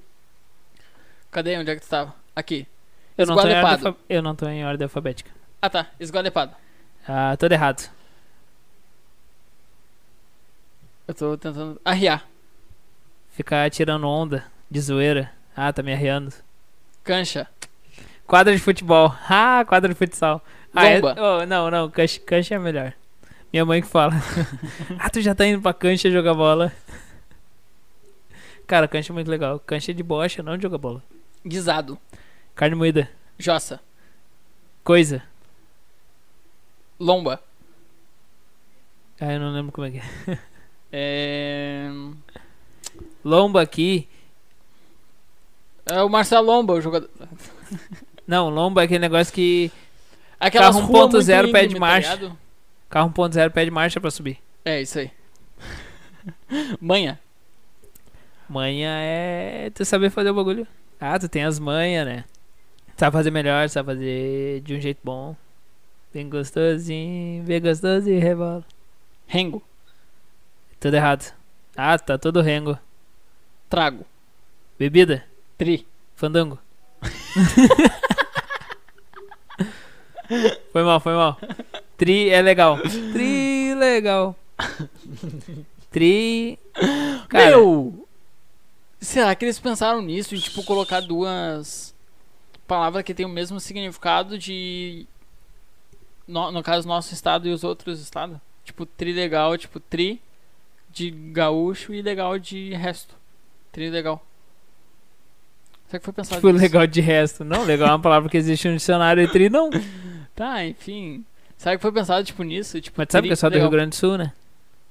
B: Cadê? Onde é que tu tava? Aqui.
A: Eu não, tô em ordem
B: Esgualepado.
A: alfa- eu não tô em ordem alfabética.
B: Ah, tá. Esgualepado.
A: Ah, todo errado.
B: Eu tô tentando arriar.
A: Ficar tirando onda de zoeira. Ah, tá me arreando.
B: Cancha.
A: Quadra de futebol. Ah, quadra de futsal. Ah, é-
B: Lomba.
A: oh, não, não, cancha, cancha é melhor. Minha mãe que fala. ah, tu já tá indo pra cancha jogar bola. Cara, cancha é muito legal. Cancha é de bocha, não de jogar bola.
B: Guisado.
A: Carne moída.
B: Jossa.
A: Coisa.
B: Lomba.
A: Ah, eu não lembro como é que é.
B: É...
A: Lomba aqui.
B: é o Marcelo Lomba, o jogador.
A: Não, lomba é aquele negócio que
B: Aquelas
A: Carro
B: ruas muito
A: 1.0 pé de
B: íngreme, tá
A: marcha.
B: ligado?
A: carro
B: *laughs*
A: 1.0 pede marcha pra subir.
B: É, isso aí. Manha.
A: Manha é tu saber fazer o bagulho. Ah, tu tem as manhas, né? Tu sabe fazer melhor, tu sabe fazer de um jeito bom. Bem gostosinho, bem gostoso e rebola.
B: Rengo.
A: Tudo errado. Ah, tá todo rengo.
B: Trago.
A: Bebida,
B: Tri.
A: fandango. *laughs* foi mal, foi mal. Tri é legal. Tri legal. Tri. Cara,
B: Meu! Será que eles pensaram nisso? Em, tipo, colocar duas palavras que têm o mesmo significado de. No, no caso, nosso estado e os outros estados? Tipo, tri legal, tipo, tri de gaúcho e legal de resto. Tri legal. Será que foi pensado
A: Tipo,
B: nisso?
A: legal de resto. Não, legal é uma palavra que existe no dicionário e tri não.
B: Tá, enfim. Será que foi pensado, tipo, nisso? Tipo,
A: Mas tu sabe
B: tri
A: que eu sou do
B: legal.
A: Rio Grande do Sul, né?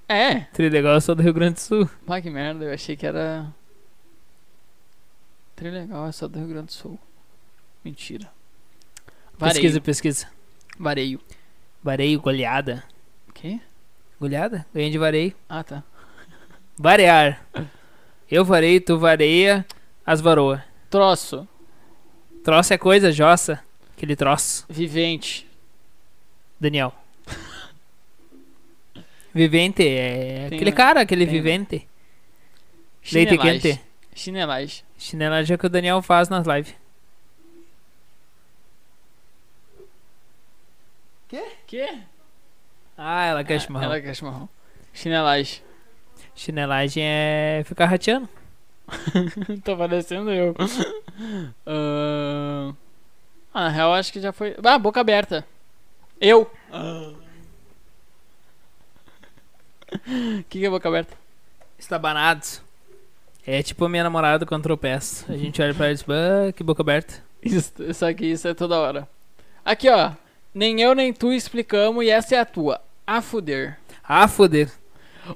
B: É!
A: Tri legal eu sou do Rio Grande do Sul.
B: Pá, que merda, eu achei que era. Tri legal, é só do Rio Grande do Sul. Mentira. Vareio.
A: Pesquisa, pesquisa.
B: Vareio.
A: Vareio, goleada.
B: O quê?
A: Goleada? Ganhei de vareio.
B: Ah, tá.
A: Varear. Eu varei, tu vareia, as varoa.
B: Troço.
A: Troço é coisa, jossa. Aquele troço.
B: Vivente.
A: Daniel. vivente é
B: Tem,
A: aquele
B: né?
A: cara, aquele
B: Tem, né?
A: vivente. Leite
B: Chinelagem.
A: quente.
B: Chinelagem.
A: Chinelagem é o que o Daniel faz nas lives.
B: Quê?
A: Ah, ela quer chimarrão.
B: Ela quer chimarrão. Chinelagem. *laughs*
A: Chinelagem é ficar rateando.
B: Tô parecendo eu. *laughs* Ahn. Ah, na real, acho que já foi. Ah, boca aberta. Eu. O que, que é boca aberta?
A: Estabanados. É tipo a minha namorada quando tropeça. A gente olha pra ela e diz, "Bah, que boca aberta.
B: Isso, só que isso é toda hora. Aqui, ó. Nem eu nem tu explicamos e essa é a tua. A fuder.
A: Ah, foder.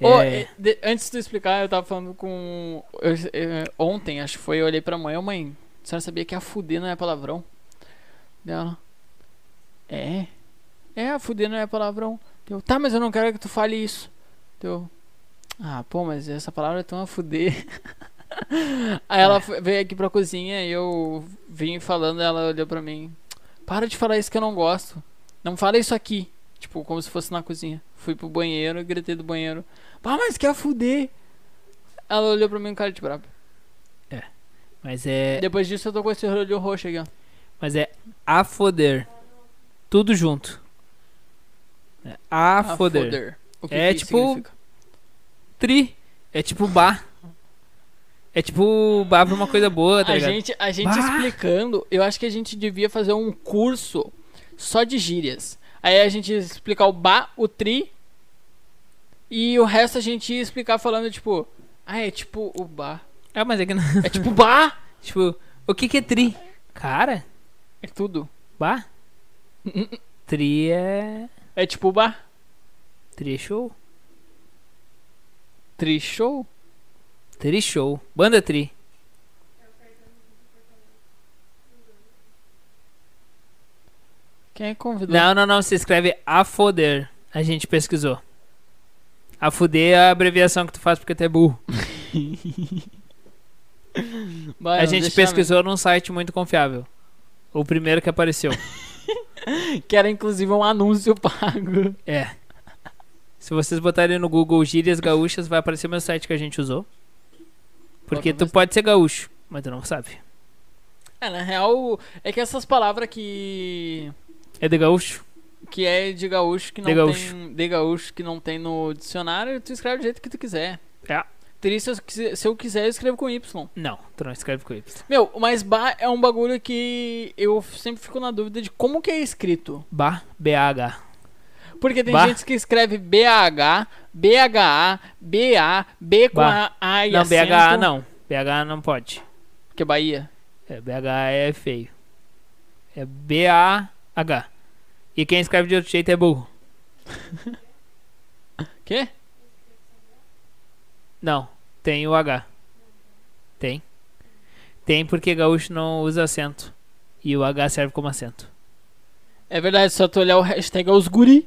B: Ô,
A: É.
B: eh, de- antes de tu explicar, eu tava falando com. eu- eh, ontem, acho que foi, eu olhei pra mãe, ô mãe, a senhora sabia que a fuder não é palavrão? Dela. É? É, a fuder não é palavrão. Eu, tá, mas eu não quero que tu fale isso. Deu. Ah, pô, mas essa palavra é tão a fuder. *laughs* Aí ela foi- veio aqui pra cozinha e eu vim falando, ela olhou pra mim. Para de falar isso que eu não gosto. Não fala isso aqui. Tipo, como se fosse na cozinha. Fui pro banheiro, gritei do banheiro. Ah, mas quer fuder. Ela olhou pra mim com cara de brabo.
A: Mas é,
B: Depois disso eu tô com esse olho roxo aqui, ó.
A: mas é a foder. Tudo junto. É a,
B: Ah,
A: foder.
B: O que
A: É
B: que
A: tipo-
B: significa?
A: Tri. É tipo bar. É tipo bar pra uma coisa boa, tá
B: a
A: ligado?
B: gente, a gente
A: Bah!
B: explicando, eu acho que a gente devia fazer um curso só de gírias. Aí a gente ia explicar o ba, o tri e o resto a gente ia explicar falando tipo, ah, é tipo o ba.
A: É, mas é que não. *laughs*
B: É tipo ba,
A: tipo, o que que é tri? Cara,
B: é tudo. *laughs*
A: bar? Tri é.
B: É tipo ba.
A: Tri é show.
B: Tri show?
A: Tri show. Banda tri.
B: Quem é que convidou?
A: Não, não, não. Se escreve a foder. A gente pesquisou. A fuder é a abreviação que tu faz porque tu é burro.
B: Bah,
A: A
B: não,
A: gente
B: deixa na minha.
A: pesquisou num site muito confiável. O primeiro que apareceu.
B: Que era inclusive um anúncio *laughs* pago.
A: É. *laughs* Se vocês botarem no Google gírias gaúchas, vai aparecer o meu site que a gente usou. Porque
B: Bota
A: tu pode ser gaúcho, mas tu não sabe.
B: É, na real, é que essas palavras que.
A: É de gaúcho?
B: que é de gaúcho que não
A: De gaúcho.
B: tem. De gaúcho que não tem no dicionário, tu escreve do jeito que tu quiser.
A: É.
B: Teria se eu, quise- se eu quiser, eu escrevo com Y.
A: Não, tu não escreve com Y.
B: Meu, mas ba é um bagulho que eu sempre fico na dúvida de como que é escrito.
A: Ba, BH.
B: Porque tem
A: Bah.
B: gente que escreve BH, BHA, BA, B com
A: Bah.
B: A, A e assim
A: Não,
B: acento,
A: BH não. BH não pode.
B: Que é Bahia.
A: É, BH é feio. É B-A-H. E quem escreve de outro jeito é burro.
B: Quê?
A: Não, tem o H. Tem. Tem porque gaúcho não usa acento. E o H serve como acento.
B: É verdade, só tu olhar o hashtag é os guri.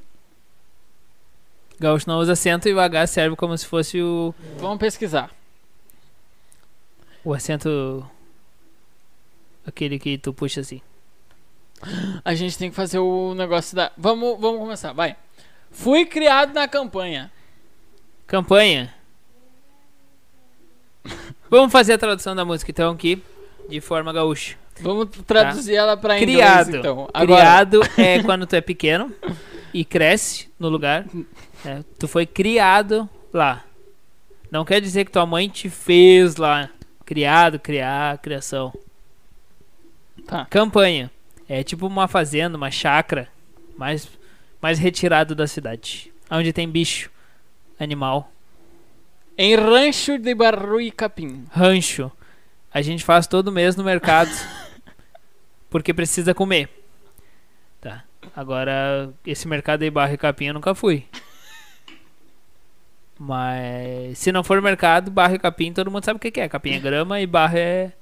A: Gaúcho não usa acento e o H serve como se fosse o
B: Vamos pesquisar.
A: O assento. Aquele que tu puxa assim.
B: A gente tem que fazer o negócio da. Vamos, vamos começar, vai. Fui criado na campanha.
A: Campanha. *laughs* Vamos fazer a tradução da música então aqui, de forma gaúcha.
B: Vamos traduzir ela pra inglês,
A: Criado.
B: então.
A: Criado é quando tu é pequeno e cresce no lugar. né? Tu foi criado lá. Não quer dizer que tua mãe te fez lá. Criado, criar, criação.
B: Tá.
A: Campanha. É tipo uma fazenda, uma chácara, mais, mais retirado da cidade. Onde tem bicho, animal,
B: Em Rancho de Barro e Capim.
A: rancho. A gente faz todo mês no mercado. porque precisa comer. Tá. Agora, esse mercado aí, barra e capim, eu nunca fui. Mas se não for mercado, barra e capim, todo mundo sabe o que que é. Capim é grama e barra é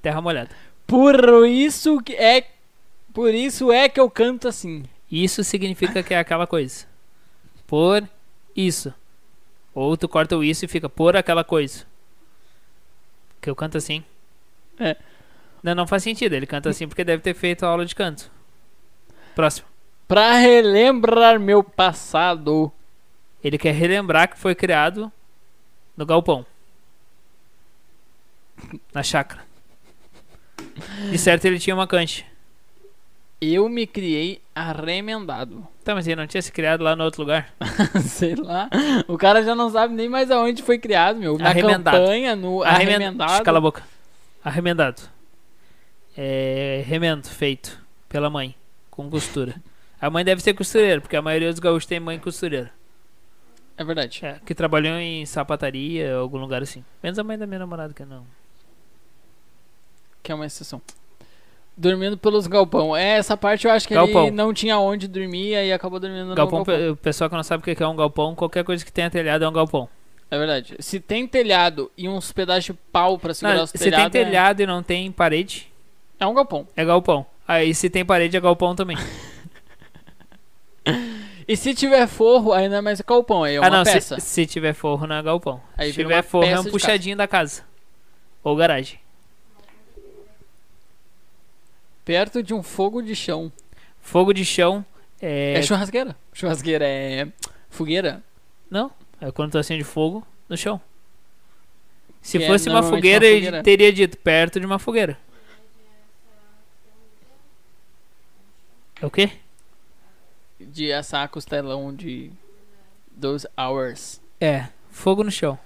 A: terra molhada.
B: Por isso que é. Por isso é que eu canto assim.
A: Isso significa que é aquela coisa. Por isso. Ou tu corta o isso e fica por aquela coisa. Que eu canto assim.
B: É.
A: Não, não faz sentido. Ele canta assim porque deve ter feito a aula de canto. Próximo.
B: Pra relembrar meu passado.
A: Ele quer relembrar que foi criado no galpão. Na chácara. De certo ele tinha uma cancha.
B: Eu me criei arremendado. *laughs*
A: Tá, mas ele não tinha se criado lá no outro lugar.
B: Sei lá. O cara já não sabe nem mais aonde foi criado, meu. Na
A: Arremendado.
B: campanha, no
A: Arremen-
B: arremendado.
A: Cala a boca. Arremendado. É, remendo feito pela mãe, com costura. A mãe deve ser costureira, porque a maioria dos gaúchos tem mãe costureira.
B: É verdade.
A: É, que trabalhou em sapataria, algum lugar assim. Menos a mãe da minha namorada, que não.
B: Que é uma exceção. Dormindo pelos galpão. É, essa parte eu acho que
A: Galpão.
B: ele não tinha onde dormir e acabou dormindo
A: Galpão,
B: no galpão.
A: pe- o pessoal que não sabe o que que é um galpão, qualquer coisa que tenha telhado é um galpão.
B: É verdade. Se tem telhado e uns pedaços de pau pra segurar
A: Não,
B: os
A: se
B: telhados.
A: tem
B: é-
A: telhado e não tem parede,
B: É, um galpão.
A: é galpão. Aí se tem parede, é galpão também.
B: E se tiver forro, ainda é mais galpão. Aí é uma
A: ah, não, se-
B: peça.
A: Se, tiver forro, não é galpão.
B: Aí
A: se
B: vira
A: tiver
B: uma
A: forro, é
B: peça
A: um
B: de
A: puxadinho da casa. Ou garagem.
B: Perto de um fogo de chão.
A: Fogo de chão é.
B: É, churrasqueira. Churrasqueira é fogueira.
A: Não, é quando tu acende fogo no chão. Se
B: Que é
A: fosse uma
B: normalmente uma
A: fogueira, ele
B: fogueira.
A: teria dito perto de uma fogueira. É o quê?
B: De assar costelão de 12 hours.
A: É, fogo no chão.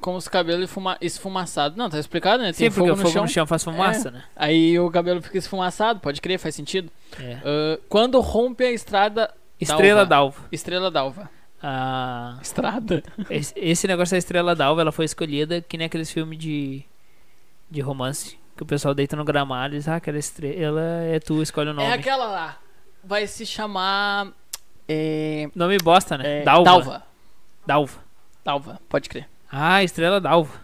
B: Com os cabelos esfuma esfumaçados. Não, tá explicado, né? Tem
A: Sim, porque
B: fogo,
A: o
B: no,
A: fogo
B: chão. é.
A: no chão faz fumaça, né?
B: Aí o cabelo fica esfumaçado. Pode crer, faz sentido.
A: É.
B: Ah, quando rompe a estrada...
A: Estrela d'alva.
B: Estrela d'alva.
A: Ah,
B: Estrada.
A: esse, esse negócio da Estrela d'alva, ela foi escolhida que nem aqueles filmes de, de romance. Que o pessoal deita no gramado e diz, ah, aquela estrela é tu, escolhe o nome.
B: É aquela lá. Vai se chamar... É...
A: Nome bosta, né?
B: é,
A: Dalva. Dalva.
B: Dalva. Dalva, pode crer.
A: Ah, Estrela d'alva.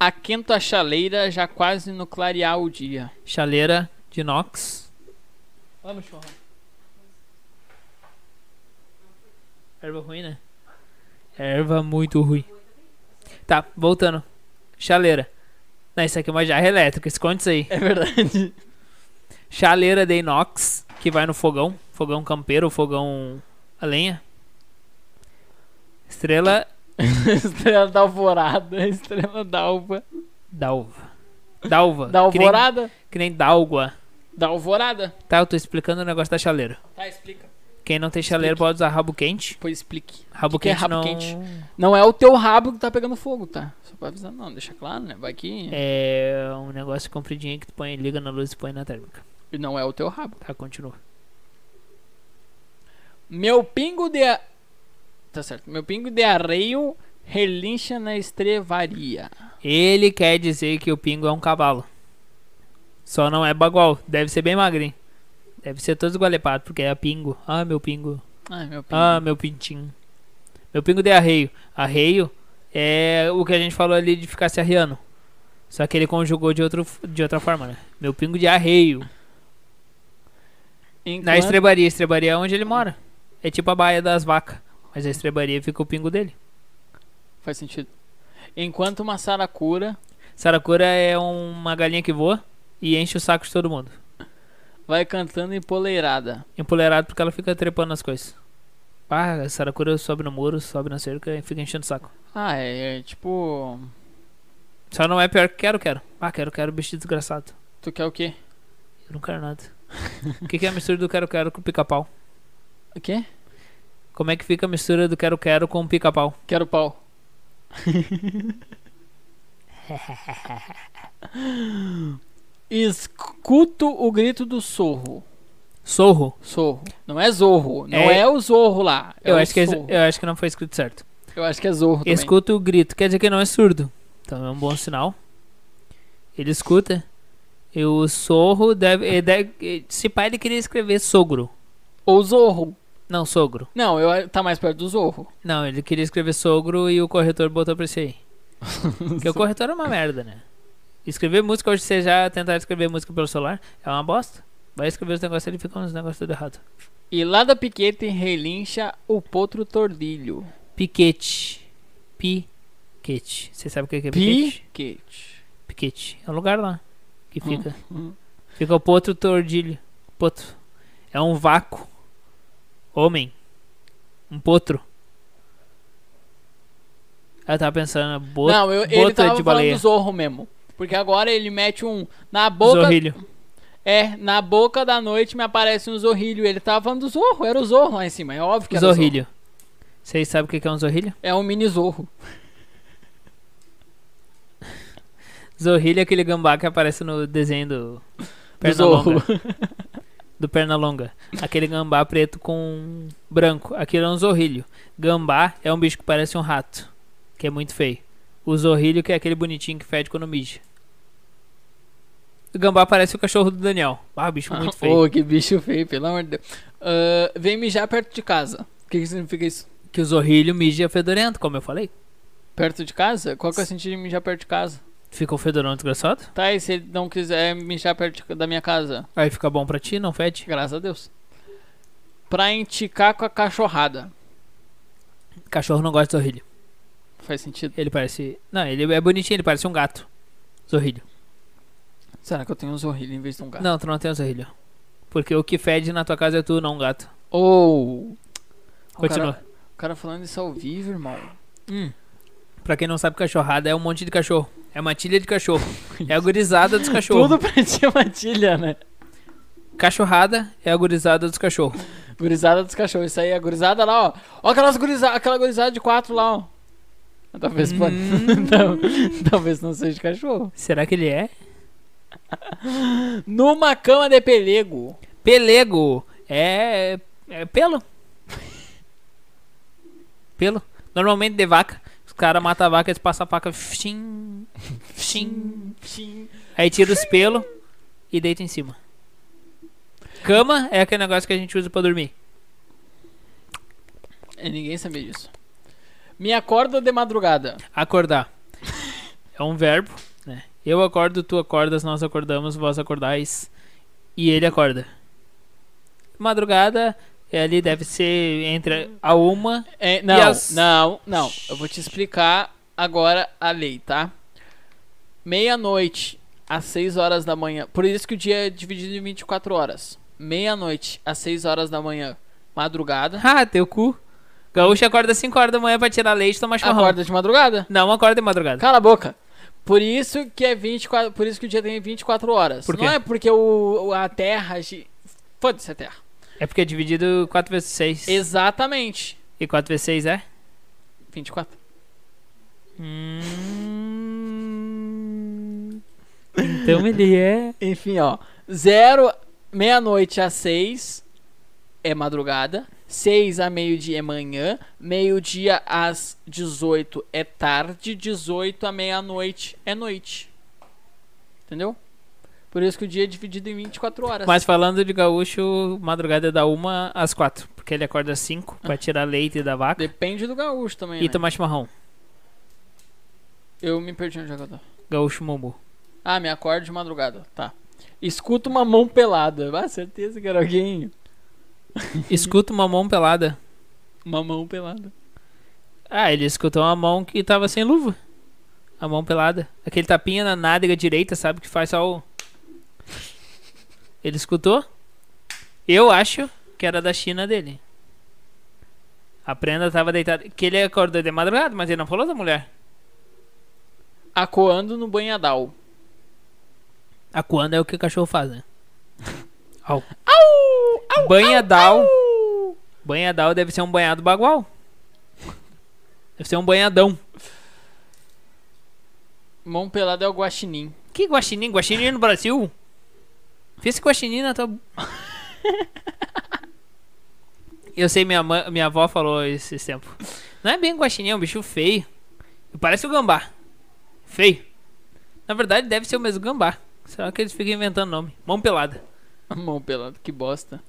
B: A quinta chaleira já quase no clarear o dia. *laughs*
A: Chaleira de inox. Olha no churrasco. Erva ruim, né? Erva muito ruim. Tá, voltando. Chaleira. Não, isso aqui é uma jarra elétrica, esconde isso aí.
B: É verdade.
A: *laughs* Chaleira de inox, que vai no fogão. Fogão campeiro, fogão a lenha. Estrela
B: estrela da alvorada, estrela da alva.
A: d'alva. Dalva.
B: Da alvorada?
A: Que nem, que nem d'algua.
B: Da alvorada.
A: Tá, eu tô explicando o negócio da chaleira.
B: Tá, explica.
A: Quem não tem chaleira
B: Explique.
A: pode usar rabo quente.
B: Pois explique.
A: Rabo
B: Que que é
A: quente
B: rabo
A: não...
B: quente? Não é o teu rabo que tá pegando fogo, tá? Só pra avisar, não, deixa claro, né? Vai que.
A: É um negócio compridinho que tu põe, liga na luz e põe na térmica.
B: E Não é o teu rabo.
A: Tá, continua.
B: Meu pingo de. a- Tá certo. Meu pingo de arreio relincha na estrevaria.
A: Ele quer dizer que o pingo é um cavalo. Só não é bagual. Deve ser bem magrinho. Deve ser todos gualepados, porque é pingo. Ah, meu pingo.
B: Ai, meu pingo.
A: Ah, meu pintinho. Meu pingo de arreio. Arreio é o que a gente falou ali de ficar se arriando. Só que ele conjugou de, outro, de outra forma, né? Meu pingo de arreio.
B: Enquanto-
A: Na estrebaria. Estrebaria é onde ele mora. É tipo a baia das vacas. Mas a estrebaria fica o pingo dele.
B: Faz sentido. Enquanto uma saracura
A: Saracura é uma galinha que voa e enche o saco de todo mundo.
B: vai cantando empoleirada.
A: Empoleirado porque ela fica trepando nas coisas. Ah, a Saracura sobe no muro, sobe na cerca e fica enchendo o saco.
B: Ah, é, é tipo.
A: Só não é pior que quero, quero. Ah, quero, quero, bicho desgraçado.
B: Tu quer o quê?
A: Eu não quero
B: *laughs*
A: nada. O que, que é a mistura do quero, quero com pica-pau?
B: O quê?
A: Como é que fica a mistura do quero, quero com pica-pau?
B: Quero pau. *laughs* Escuto o grito do sorro.
A: Sorro.
B: Sorro. Não é zorro. Não é,
A: É-
B: o zorro lá. é
A: Eu
B: o
A: acho, que, é-
B: sorro.
A: eu acho que não foi escrito certo.
B: Eu acho que é zorro também.
A: Escuta o grito, quer dizer que não é surdo. Então é um bom sinal. Ele escuta. E o sorro deve. ele deve- se pai ele queria escrever sogro.
B: Ou zorro.
A: Não, sogro.
B: Não, eu, tá mais perto do zorro.
A: Não, ele queria escrever sogro e o corretor botou pra esse
B: *laughs*
A: aí. Porque o corretor é uma merda, né? Escrever música hoje, você já tentar escrever música pelo celular, é uma bosta. Vai escrever os negócios, ele fica uns negócios tudo errado.
B: E lá da piquete relincha o potro tordilho.
A: Piquete. Piquete. Você sabe o que que é piquete?
B: Piquete.
A: Piquete. É um lugar lá que fica.
B: hum.
A: Fica o potro tordilho. Potro. É um vácuo. Homem. Um potro. Eu tava pensando, né? boto,
B: Não, eu, ele
A: bota
B: tava
A: de
B: falando
A: baleia.
B: do zorro mesmo. Porque agora ele mete um. Na boca.
A: Zorrilho.
B: É, na boca da noite me aparece um zorrilho. Ele tava falando do zorro, era o zorro lá em cima. É óbvio que era o zorro.
A: Zorrilho. Vocês sabem o que que é um zorrilho?
B: É um mini zorro.
A: Zorrilho é aquele gambá que aparece no desenho do Pernalonga. *laughs* Do Pernalonga. Aquele gambá preto com um branco. Aquilo é um zorrilho. Gambá é um bicho que parece um rato, que é muito feio. O zorrilho que é aquele bonitinho que fede quando mija. O gambá parece o cachorro do Daniel. Ah,
B: *laughs*
A: bicho muito feio.
B: Ô, que bicho feio, pelo amor de Deus. Ah, vem mijar perto de casa. O que, que significa isso?
A: Que o zorrilho mija fedorento, como eu falei.
B: Perto de casa? Qual que é o sentido de mijar perto de casa?
A: Ficou fedorão um desgraçado?
B: Tá, e se ele não quiser mijar perto de- da minha casa?
A: Aí fica bom pra ti, não fede?
B: Graças a Deus. Pra enticar com a cachorrada.
A: Cachorro não gosta de zorrilho.
B: Faz sentido?
A: Ele parece. Não, ele é bonitinho, ele parece um gato. Zorrilho.
B: Será que eu tenho um zorrilho em vez de um gato?
A: Não, tu não tem zorrilho. Porque o que fede na tua casa é tu, não um gato.
B: Ou.
A: Continua.
B: O cara, o cara falando isso ao vivo, irmão.
A: Hum. Pra quem não sabe, cachorrada é um monte de cachorro. É uma tilha de cachorro. É a gurizada dos cachorros.
B: Tudo pra *laughs* ti é matilha, né?
A: Cachorrada é a gurizada dos cachorros.
B: Gurizada dos cachorros, isso aí, a gurizada lá, ó. Ó aquelas guriza, aquela gurizada de quatro lá, ó. Talvez,
A: Hum.
B: pode- *laughs* Tal- talvez não seja cachorro.
A: Será que ele é?
B: Numa cama de pelego.
A: Pelego. É. É pelo. *laughs* Pelo. Normalmente de vaca. Os caras matam a vaca, eles passam a faca. Fim. Fim.
B: Tchim.
A: Aí tira os pelos e deita em cima. Cama é aquele negócio que a gente usa pra dormir.
B: É, ninguém sabia disso. Me acorda de madrugada.
A: Acordar. É um verbo, né? Eu acordo, tu acordas, nós acordamos, vós acordais e ele acorda. Madrugada, ele deve ser entre a uma. *laughs*
B: É, não,
A: E as-
B: não, não. Eu vou te explicar agora a lei, tá? Meia-noite às 6 horas da manhã. Por isso que o dia é dividido em 24 horas. Meia-noite às 6 horas da manhã, madrugada.
A: Ah, teu cu. Gaúcho acorda às 5 horas da manhã pra tirar leite e tomar chimarrão.
B: Acorda de madrugada?
A: Não, acorda de madrugada.
B: Cala a boca. Por isso que é 24, por isso que o dia tem 24 horas.
A: Por
B: Não
A: quê?
B: é porque o o- a Terra, gi- foda-se a Terra.
A: É porque é dividido 4 vezes 6.
B: Exatamente.
A: E 4 vezes 6 é?
B: 24.
A: Hum... Então ele é.
B: Enfim, ó. Zero, meia-noite às seis é madrugada. Seis a meio-dia é manhã. Meio-dia às 18 é tarde. 18 a meia-noite é noite. Entendeu? Por isso que o dia é dividido em 24 horas.
A: Mas falando de gaúcho, madrugada é da 1 às 4. Porque ele acorda às 5 pra tirar leite da vaca
B: Depende do gaúcho também,
A: e
B: né?
A: tomar chimarrão.
B: Eu me perdi onde é que eu tô.
A: Gaúcho mumu.
B: Ah, me acordo de madrugada. Tá. Escuta uma mão pelada. Ah, certeza que era alguém.
A: Escuta uma mão pelada.
B: Uma mão pelada.
A: Ah, ele escutou uma mão que tava sem luva. A mão pelada. Aquele tapinha na nádega direita, sabe? Que faz só o. Ele escutou? Eu acho que era da China dele. A prenda tava deitada. Que ele acordou de madrugada, mas ele não falou da mulher.
B: Acoando no banhadal.
A: Acuando é o que o cachorro faz, né? Au.
B: Au! Au!
A: Banhadal.
B: Au!
A: Banhadal deve ser um banhado bagual. Deve ser um banhadão.
B: Mão pelada é o guaxinim. *laughs*
A: Que guaxinim? Guaxinim no Brasil? Fiz guaxinim na tua... *laughs* Eu sei, minha, mã- minha avó falou esses tempos. Não é bem guaxinim, é um bicho feio. Parece o gambá. Feio. Na verdade, deve ser o mesmo gambá. Será que eles ficam inventando nome? Mão pelada.
B: Mão pelada, que bosta.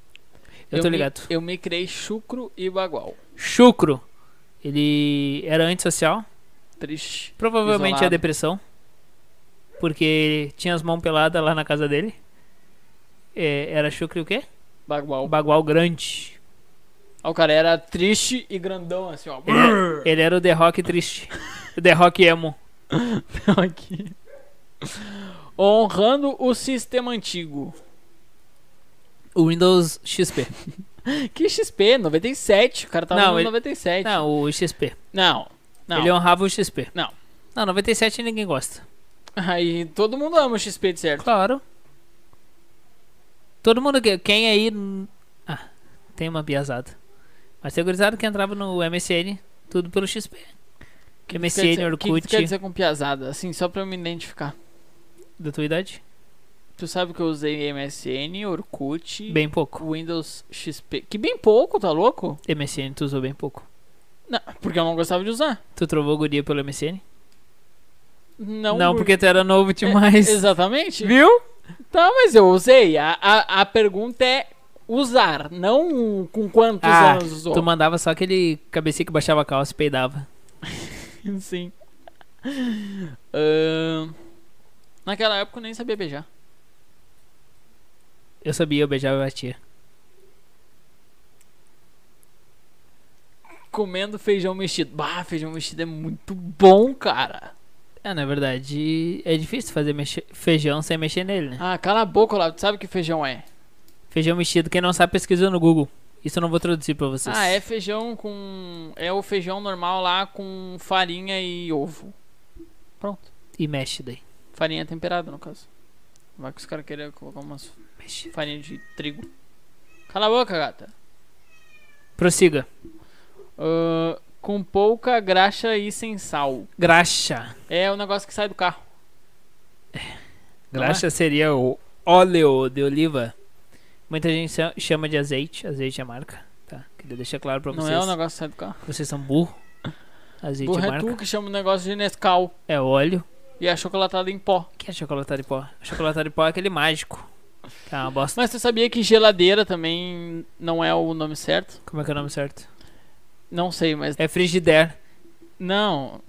A: Eu, tô
B: me-
A: ligado.
B: eu me criei chucro e bagual.
A: Chucro. Ele era antissocial.
B: Triste.
A: Provavelmente é
B: Isolado.
A: depressão. Porque ele tinha as mãos peladas lá na casa dele. É, era chucre o quê? O
B: Bagual.
A: bagual grande.
B: Ah, O cara era triste e grandão,
A: *laughs*
B: assim, ó.
A: Ele, ele era o The Rock triste. *laughs* O The Rock emo.
B: Aqui. Honrando o sistema antigo.
A: O Windows XP.
B: Que XP? 97. O cara tava
A: Não,
B: no
A: ele-
B: 97.
A: Não, o XP.
B: Não. Não.
A: Ele honrava o XP.
B: Não.
A: Não, 97 ninguém gosta.
B: Aí todo mundo ama o XP de certo.
A: Claro. Todo mundo que. Quem é aí. n- Ah, tem uma biazada. Mas tem gurizada que entrava no MSN, tudo pelo XP.
B: Quer
A: MSN,
B: dizer- O que
A: é Orkut,
B: tu quer dizer com piazada? Assim, só pra eu me identificar.
A: da tua idade?
B: Tu sabe que eu usei MSN, Orkut,
A: Bem pouco.
B: Windows XP. Que bem pouco, tá louco?
A: MSN tu usou bem pouco.
B: Não, porque eu não gostava de usar.
A: Tu trovou guria pelo MSN?
B: Não, por- *laughs*
A: porque tu era novo demais.
B: Exatamente.
A: Viu?
B: Tá, mas eu usei. A, a, a pergunta é usar, não o- com quantos
A: Ah,
B: anos usou.
A: Tu mandava só aquele cabecinha que baixava a calça e peidava.
B: *laughs* Sim. Ahn, naquela época eu nem sabia beijar.
A: Eu sabia, eu beijava e batia.
B: Comendo feijão mexido. Bah, feijão mexido é muito bom, cara.
A: Ah, na verdade, é difícil fazer mexe- feijão sem mexer nele, né?
B: Ah, cala a boca, Olavo. Tu sabe que feijão é?
A: Feijão mexido, quem não sabe, pesquisa no Google. Isso eu não vou traduzir pra vocês.
B: Ah, é feijão com. É o feijão normal lá com farinha e ovo. Pronto.
A: E mexe daí.
B: Farinha temperada, no caso. Vai que os caras queriam colocar umas
A: Mexe.
B: farinha de trigo. Cala a boca, gata.
A: Prossiga.
B: Ahn, com pouca graxa e sem sal.
A: Graxa.
B: É o negócio que sai do carro. Não
A: Graxa seria o óleo de oliva. Muita gente cha- chama de azeite. Azeite é marca. Tá? Queria deixar claro pra
B: Não
A: vocês.
B: é o negócio que sai do carro.
A: Vocês são burro. Azeite
B: Burro
A: é
B: é
A: marca.
B: tu que chama o negócio de Nescau
A: É óleo.
B: e a chocolatada em pó.
A: O que é chocolatado de pó? Chocolatado de pó é aquele mágico. Que é uma bosta.
B: Mas tu sabia que geladeira também não é o nome certo?
A: Como é que é o nome certo?
B: Não sei, mas.
A: É frigidaire.
B: Não.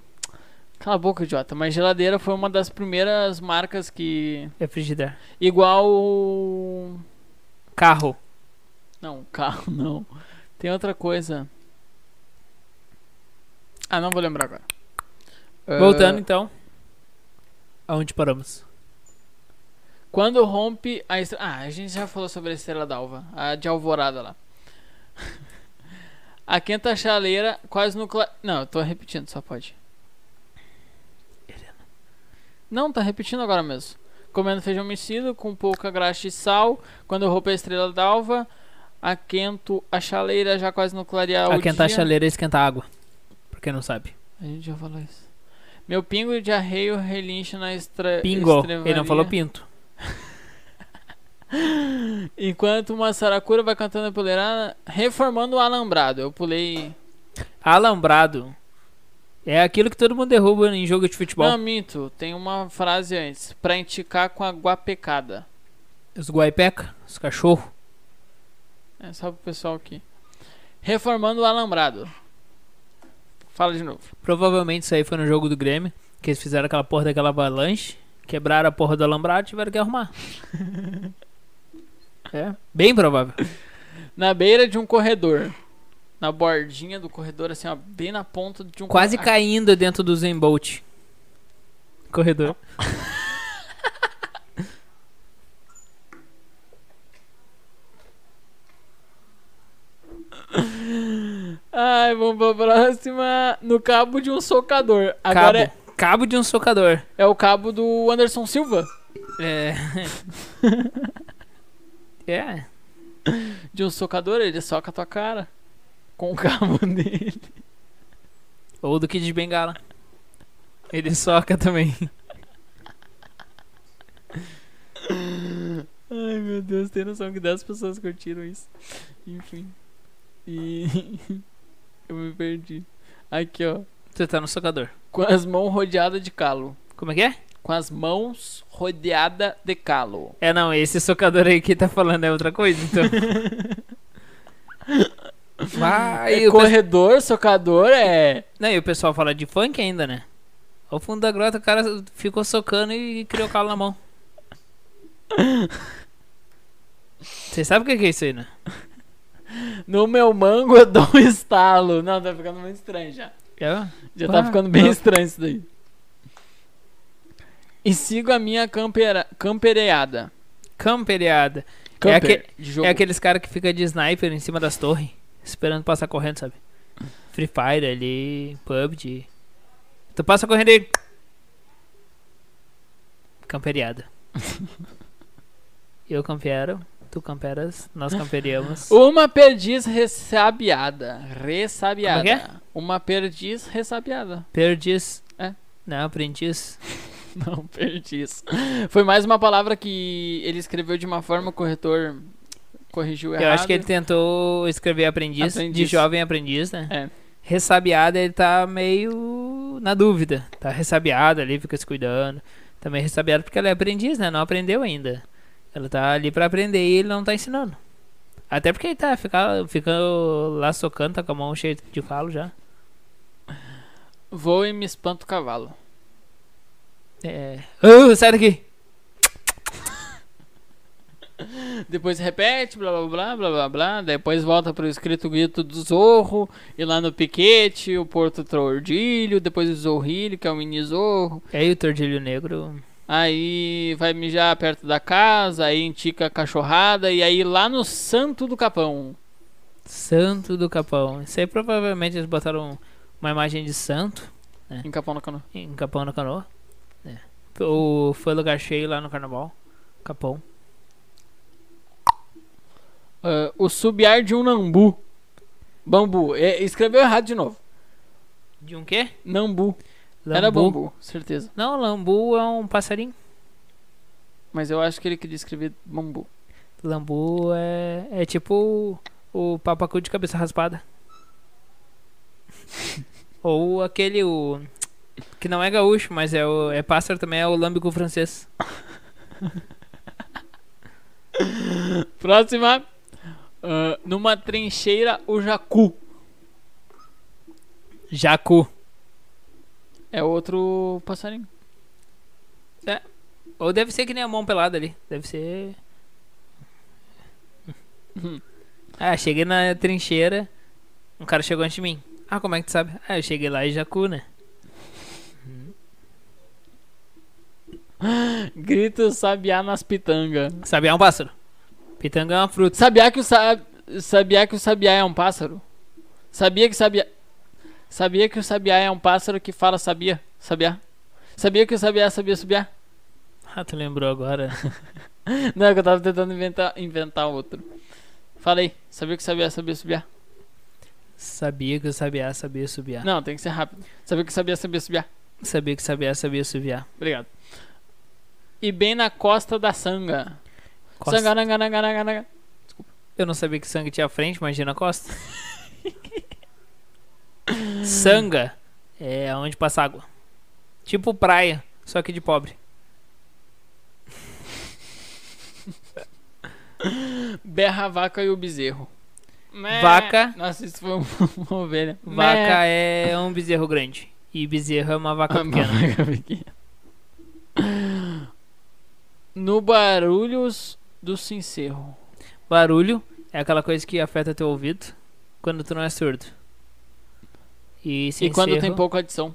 B: Cala a boca, idiota. Mas geladeira foi uma das primeiras marcas que.
A: É frigidaire.
B: Igual. o-
A: Carro.
B: Não, *laughs* carro não. Tem outra coisa. Ah, não vou lembrar agora. Ah,
A: Voltando então. Aonde paramos?
B: Quando rompe a estrela. Ah, a gente já falou sobre a estrela d'alva, a de alvorada lá. *laughs* a quinta chaleira quase nuclear. Não, eu tô repetindo, só pode. Não, tá repetindo agora mesmo. Comendo feijão mecido com pouca graxa e sal. Quando rompe a estrela d'alva, aquento a chaleira já quase nuclear.
A: a quentar a chaleira e esquentar água. Pra quem não sabe.
B: A gente já falou isso. Meu pingo de arreio relincha na estra...
A: Pingo. Ele
B: estrevaria.
A: não falou pinto.
B: Enquanto uma saracura vai cantando pela arara, reformando o alambrado. Eu pulei.
A: Alambrado. É aquilo que todo mundo derruba em jogo de futebol.
B: Não, minto, tem uma frase antes. Pra indicar com a guapecada.
A: Os guaipeca, os cachorro.
B: É só pro pessoal aqui. Reformando o alambrado. Fala de novo.
A: Provavelmente isso aí foi no jogo do Grêmio, que eles fizeram aquela porra daquela avalanche, quebraram a porra do alambrado e tiveram que arrumar. é, bem provável.
B: Na beira de um corredor. Na bordinha do corredor, assim, ó, bem na ponta de um
A: Quase
B: corredor.
A: caindo dentro do Zen Bolt. Corredor.
B: Ai, vamos pra próxima. No cabo de um socador. Agora é,
A: cabo. Cabo de um socador.
B: é o cabo do Anderson Silva.
A: *laughs* É. é.
B: De um socador, ele soca a tua cara. Com o *laughs* cabo dele.
A: Ou do Kid de Bengala. Ele soca também.
B: Ai, meu Deus, tem noção que 10 pessoas curtiram isso. Enfim. E. *laughs* Eu me perdi. Aqui, ó.
A: Você tá no socador.
B: Com as mãos rodeadas de calo.
A: Como é que é?
B: Com as mãos rodeadas de calo.
A: É, não, esse socador aí que tá falando é outra coisa, então. Vai,
B: É
A: o pessoal-
B: corredor, socador é.
A: Não, e o pessoal fala de funk ainda, né? Ao fundo da grota, o cara ficou socando e criou calo na mão. Você sabe o que que é isso aí, né?
B: No meu mango eu dou um estalo. Não, tá ficando muito estranho já.
A: É?
B: Já
A: Ah,
B: tá ficando bem
A: não.
B: estranho isso daí. E sigo a minha campera, campereada.
A: Campereada.
B: Camper,
A: É aque-
B: de jogo.
A: É aqueles caras que fica de sniper em cima das torres, esperando passar correndo, sabe? Free Fire ali, PUBG. Tu passa correndo aí. Camperiada.
B: *laughs*
A: Eu campero, tu camperas, nós
B: *laughs*
A: camperiamos.
B: Uma perdiz ressabiada. Ressabiada.
A: Como é que
B: Uma perdiz ressabiada. *laughs*
A: Perdiz.
B: É.
A: Não, aprendiz.
B: Não, perdiz. Foi mais uma palavra que ele escreveu de uma forma, o corretor corrigiu errado.
A: Eu acho que ele tentou escrever aprendiz, de
B: Aprendiz.
A: jovem aprendiz, né?
B: É.
A: Ressabiada, ele tá meio na dúvida. Tá ressabiada ali, fica se cuidando. Também ressabiada porque ela é aprendiz, né? Não aprendeu ainda. Ela tá ali pra aprender e ele não tá ensinando. Até porque ele tá fica- ficando lá socando, tá com a mão cheia de calo já.
B: Vou e me espanto o cavalo.
A: É. "Ah, sai daqui!
B: Depois repete, blá blá blá blá blá blá. Depois volta pro escrito grito do Zorro. E lá no piquete, o Porto Tordilho. Depois o Zorrilho, que é o mini Zorro.
A: É, E aí o tordilho negro.
B: Aí vai mijar perto da casa. Aí entica a cachorrada. E aí lá no Santo do Capão.
A: Santo do Capão. Isso aí provavelmente eles botaram uma imagem de santo.
B: Em Capão no Canoa.
A: Em Capão na Canoa. É. Ou foi lugar cheio lá no carnaval. Capão.
B: Ah, o subiar de um nambu. Bambu. É, escreveu errado de novo.
A: De um quê?
B: Nambu.
A: Lambu.
B: Era bambu, certeza.
A: Não, lambu é um passarinho.
B: Mas eu acho que ele queria escrever bambu.
A: Lambu é, é tipo o, o papacu de cabeça raspada. Ou aquele o que não é gaúcho, mas é o é pássaro também, é o lambico francês.
B: Próxima. Ah, numa trincheira, o jacu.
A: Jacu.
B: É outro passarinho.
A: Ou deve ser que nem a mão pelada ali. Deve ser. Ah, cheguei na trincheira. Um cara chegou antes de mim. Ah, como é que tu sabe? Ah, eu cheguei lá e jacu, né?
B: Grita sabiá nas pitangas.
A: Sabiá é um pássaro. Pitanga é uma fruta.
B: Sabiá que o sa... sabiá que o sabiá é um pássaro? Sabia que sabiá Sabia que o sabiá é um pássaro que fala sabia? Sabiá. Sabia que o sabiá sabia subiar?
A: Ah, tu lembrou agora.
B: Não, é que eu tava tentando inventar, inventar outro. Falei, sabia que o sabiá sabia subiar?
A: Sabia que o sabiá sabia subiar.
B: Não, tem que ser rápido. Sabia que o sabiá sabia subiar?
A: Sabia que o sabiá sabia subiar.
B: Obrigado. E bem na costa da sanga.
A: Costa.
B: Sangarangarangarangara.
A: Eu não sabia que sangue tinha frente, imagina a
B: *laughs*
A: costa. Sanga é onde passa água. Tipo praia, só que de pobre.
B: Berra a vaca e o bezerro. Mé.
A: Vaca.
B: Nossa, isso foi um- *laughs* uma ovelha.
A: Vaca é um bezerro grande. E bezerro é uma vaca
B: Ah, uma
A: pequena.
B: vaca pequena. No barulhos do sincerro.
A: Barulho é aquela coisa que afeta teu ouvido quando tu não é surdo. E,
B: e quando
A: sincerro-
B: tem pouca adição.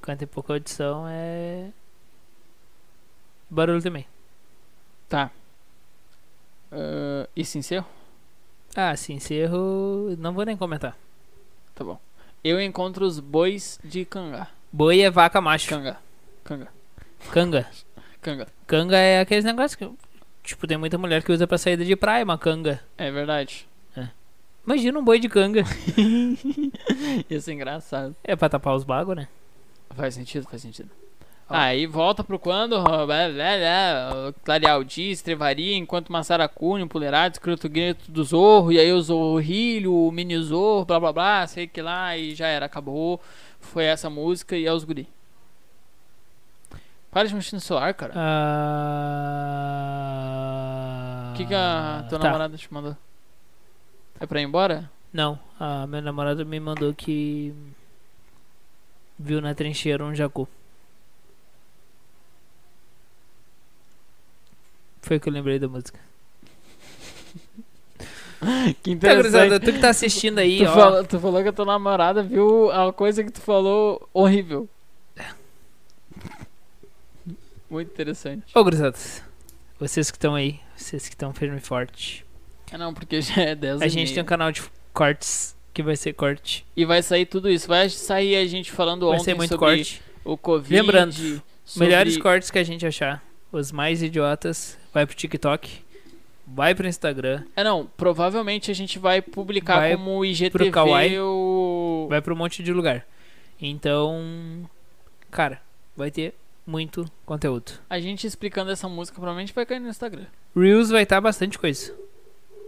A: Canta e pouca audição é. Barulho também.
B: Tá. Ah, e se encerro?
A: Ah, se encerro. Não vou nem comentar.
B: Tá bom. Eu encontro os bois de Canga.
A: Boi é vaca macho.
B: Canga. Canga.
A: Canga.
B: Canga.
A: Canga é aqueles negócios que. Tipo, tem muita mulher que usa pra saída de praia uma canga.
B: É verdade. *laughs*
A: Imagina um boi de canga.
B: Ia ser engraçado.
A: É pra tapar os bagos, né?
B: Faz sentido, faz sentido.
A: Ó.
B: Ah, Aí volta pro quando, blá, blá, blá, clarear o dia, estrevaria, enquanto uma saracunha, um puleirado, escrito o grito do zorro, e aí o zorrilho, o mini zorro, blá blá blá, sei que lá, e já era, acabou. Foi essa música e é os guri. Para de mexer no celular, cara.
A: Ah...
B: O que, que a tua
A: tá.
B: namorada te mandou? É pra ir embora?
A: Não, a minha namorada me mandou que. Viu na trincheira um jacu. Foi que eu lembrei da música.
B: *laughs* Que
A: Tá, gurizada, tu que tá assistindo aí,
B: Tu,
A: ó.
B: fala- tu falou que a tua namorada viu a coisa que tu falou horrível. Muito interessante.
A: É. Ô, gurizada, vocês que estão aí, vocês que estão firme e forte.
B: Ah, não, porque já é 10
A: A gente tem um canal de cortes, que vai ser corte.
B: E vai sair tudo isso. Vai sair a gente falando
A: Vai
B: ontem
A: ser muito
B: sobre
A: corte.
B: o Covid.
A: Lembrando,
B: sobre-
A: Melhores cortes que a gente achar. Os mais idiotas, vai pro TikTok, vai pro Instagram,
B: Ah, não. Provavelmente a gente vai publicar
A: Vai
B: como IGTV
A: Kawaii.
B: o...
A: vai pra um monte de lugar. Então, cara, vai ter muito conteúdo.
B: A gente explicando essa música provavelmente vai cair no Instagram.
A: Reels vai estar bastante coisa.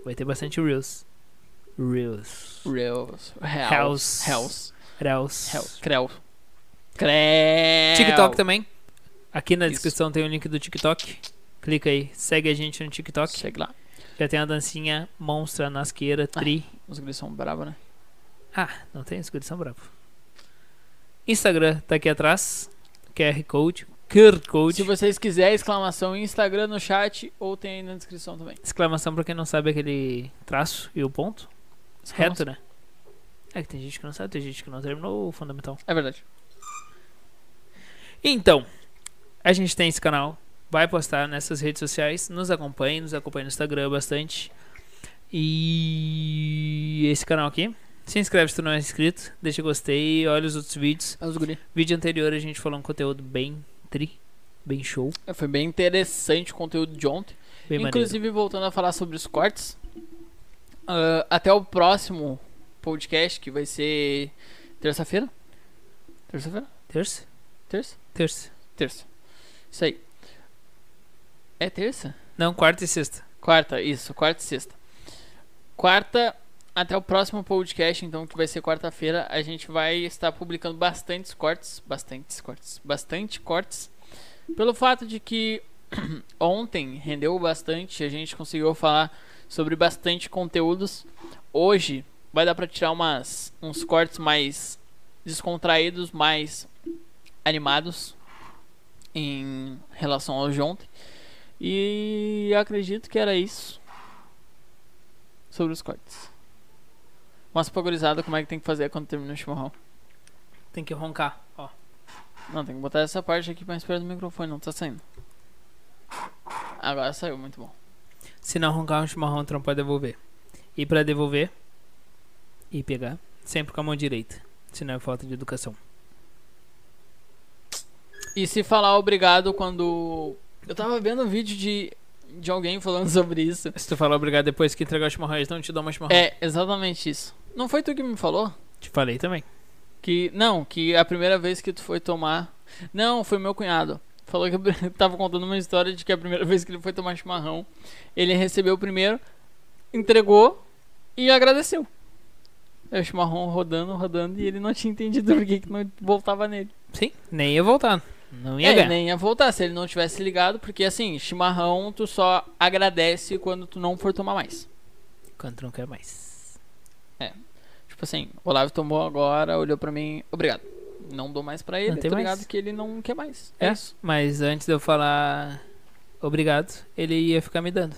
A: Vai ter bastante Reels. Reels.
B: Reels.
A: Reels.
B: Reels.
A: Reels.
B: Reels. Creu. Creu.
A: TikTok também. Aqui na
B: É, Isso.
A: descrição tem o link do TikTok. Clica aí, segue a gente no TikTok.
B: Chega lá.
A: Já tem a dancinha Monstra Nasqueira Tri.
B: Os guris são bravos, né?
A: Não tem inscrição brabo. Instagram tá aqui atrás. QR Code. QR
B: Se
A: Code.
B: vocês quiserem, exclamação Instagram no chat ou tem aí na descrição também.
A: Exclamação pra quem não sabe aquele traço e o ponto. Reto,
B: Exclamação.
A: né? É que tem gente que não sabe, tem gente que não terminou o fundamental.
B: É verdade.
A: Então, a gente tem esse canal, vai postar nessas redes sociais, nos acompanhe, nos acompanhe no Instagram bastante. E esse canal aqui. Se inscreve se tu não é inscrito, deixa gostei, olha os outros vídeos.
B: É os guri.
A: Vídeo anterior a gente falou um conteúdo bem tri, bem show,
B: É, Foi bem interessante o conteúdo de ontem.
A: bem
B: Inclusive, voltando a falar sobre os cortes. ah, até o próximo podcast, que vai ser terça-feira. Terça-feira?
A: maneiro. Terça?
B: Terça?
A: Terça.
B: Terça. Isso aí. É terça?
A: Não, quarta e sexta.
B: Quarta, isso, quarta e sexta. Quarta, até o próximo podcast, então, que vai ser quarta-feira, a gente vai estar publicando bastantes cortes, bastantes cortes, bastante cortes. Pelo fato de que *clears throat* ontem rendeu bastante, a gente conseguiu falar sobre bastante conteúdos. Hoje vai dar pra tirar umas uns cortes mais descontraídos, mais animados em relação ao de ontem. E acredito que era isso sobre os cortes. Mas pagorizada, como é que tem que fazer quando termina o chimarrão?
A: Tem que roncar, ó.
B: Não, tem que botar essa parte aqui mais perto do microfone, não tá saindo. Agora saiu, muito bom.
A: Se não arrancar um chimarrão, tu não pode devolver. E pra devolver e pegar, sempre com a mão direita. Senão é falta de educação.
B: E se falar obrigado quando. Eu tava vendo um vídeo de, de alguém falando *laughs* sobre isso.
A: Se tu falar obrigado depois que entregar o chimarrão, eles não te dão mais chimarrão.
B: É, exatamente isso. Não foi tu que me falou?
A: Te falei também.
B: Que. Não, que é a primeira vez que tu foi tomar. Não, foi meu cunhado. Falou que eu *laughs* tava contando uma história de que a primeira vez que ele foi tomar chimarrão, ele recebeu o primeiro, entregou e agradeceu. Aí o chimarrão rodando, rodando, e ele não tinha entendido por que, que não voltava nele.
A: Sim, nem ia voltar. Não ia
B: é,
A: ganhar.
B: nem ia voltar se ele não tivesse ligado, porque assim, chimarrão tu só agradece quando tu não for tomar mais.
A: Quando tu não quer um é mais.
B: Tipo assim, o Olavo tomou agora, olhou pra mim, obrigado. Não dou mais pra ele,
A: Não tem
B: tô
A: mais.
B: ligado que ele não quer mais. É,
A: É.
B: isso.
A: Mas antes de eu falar obrigado, ele ia ficar me dando.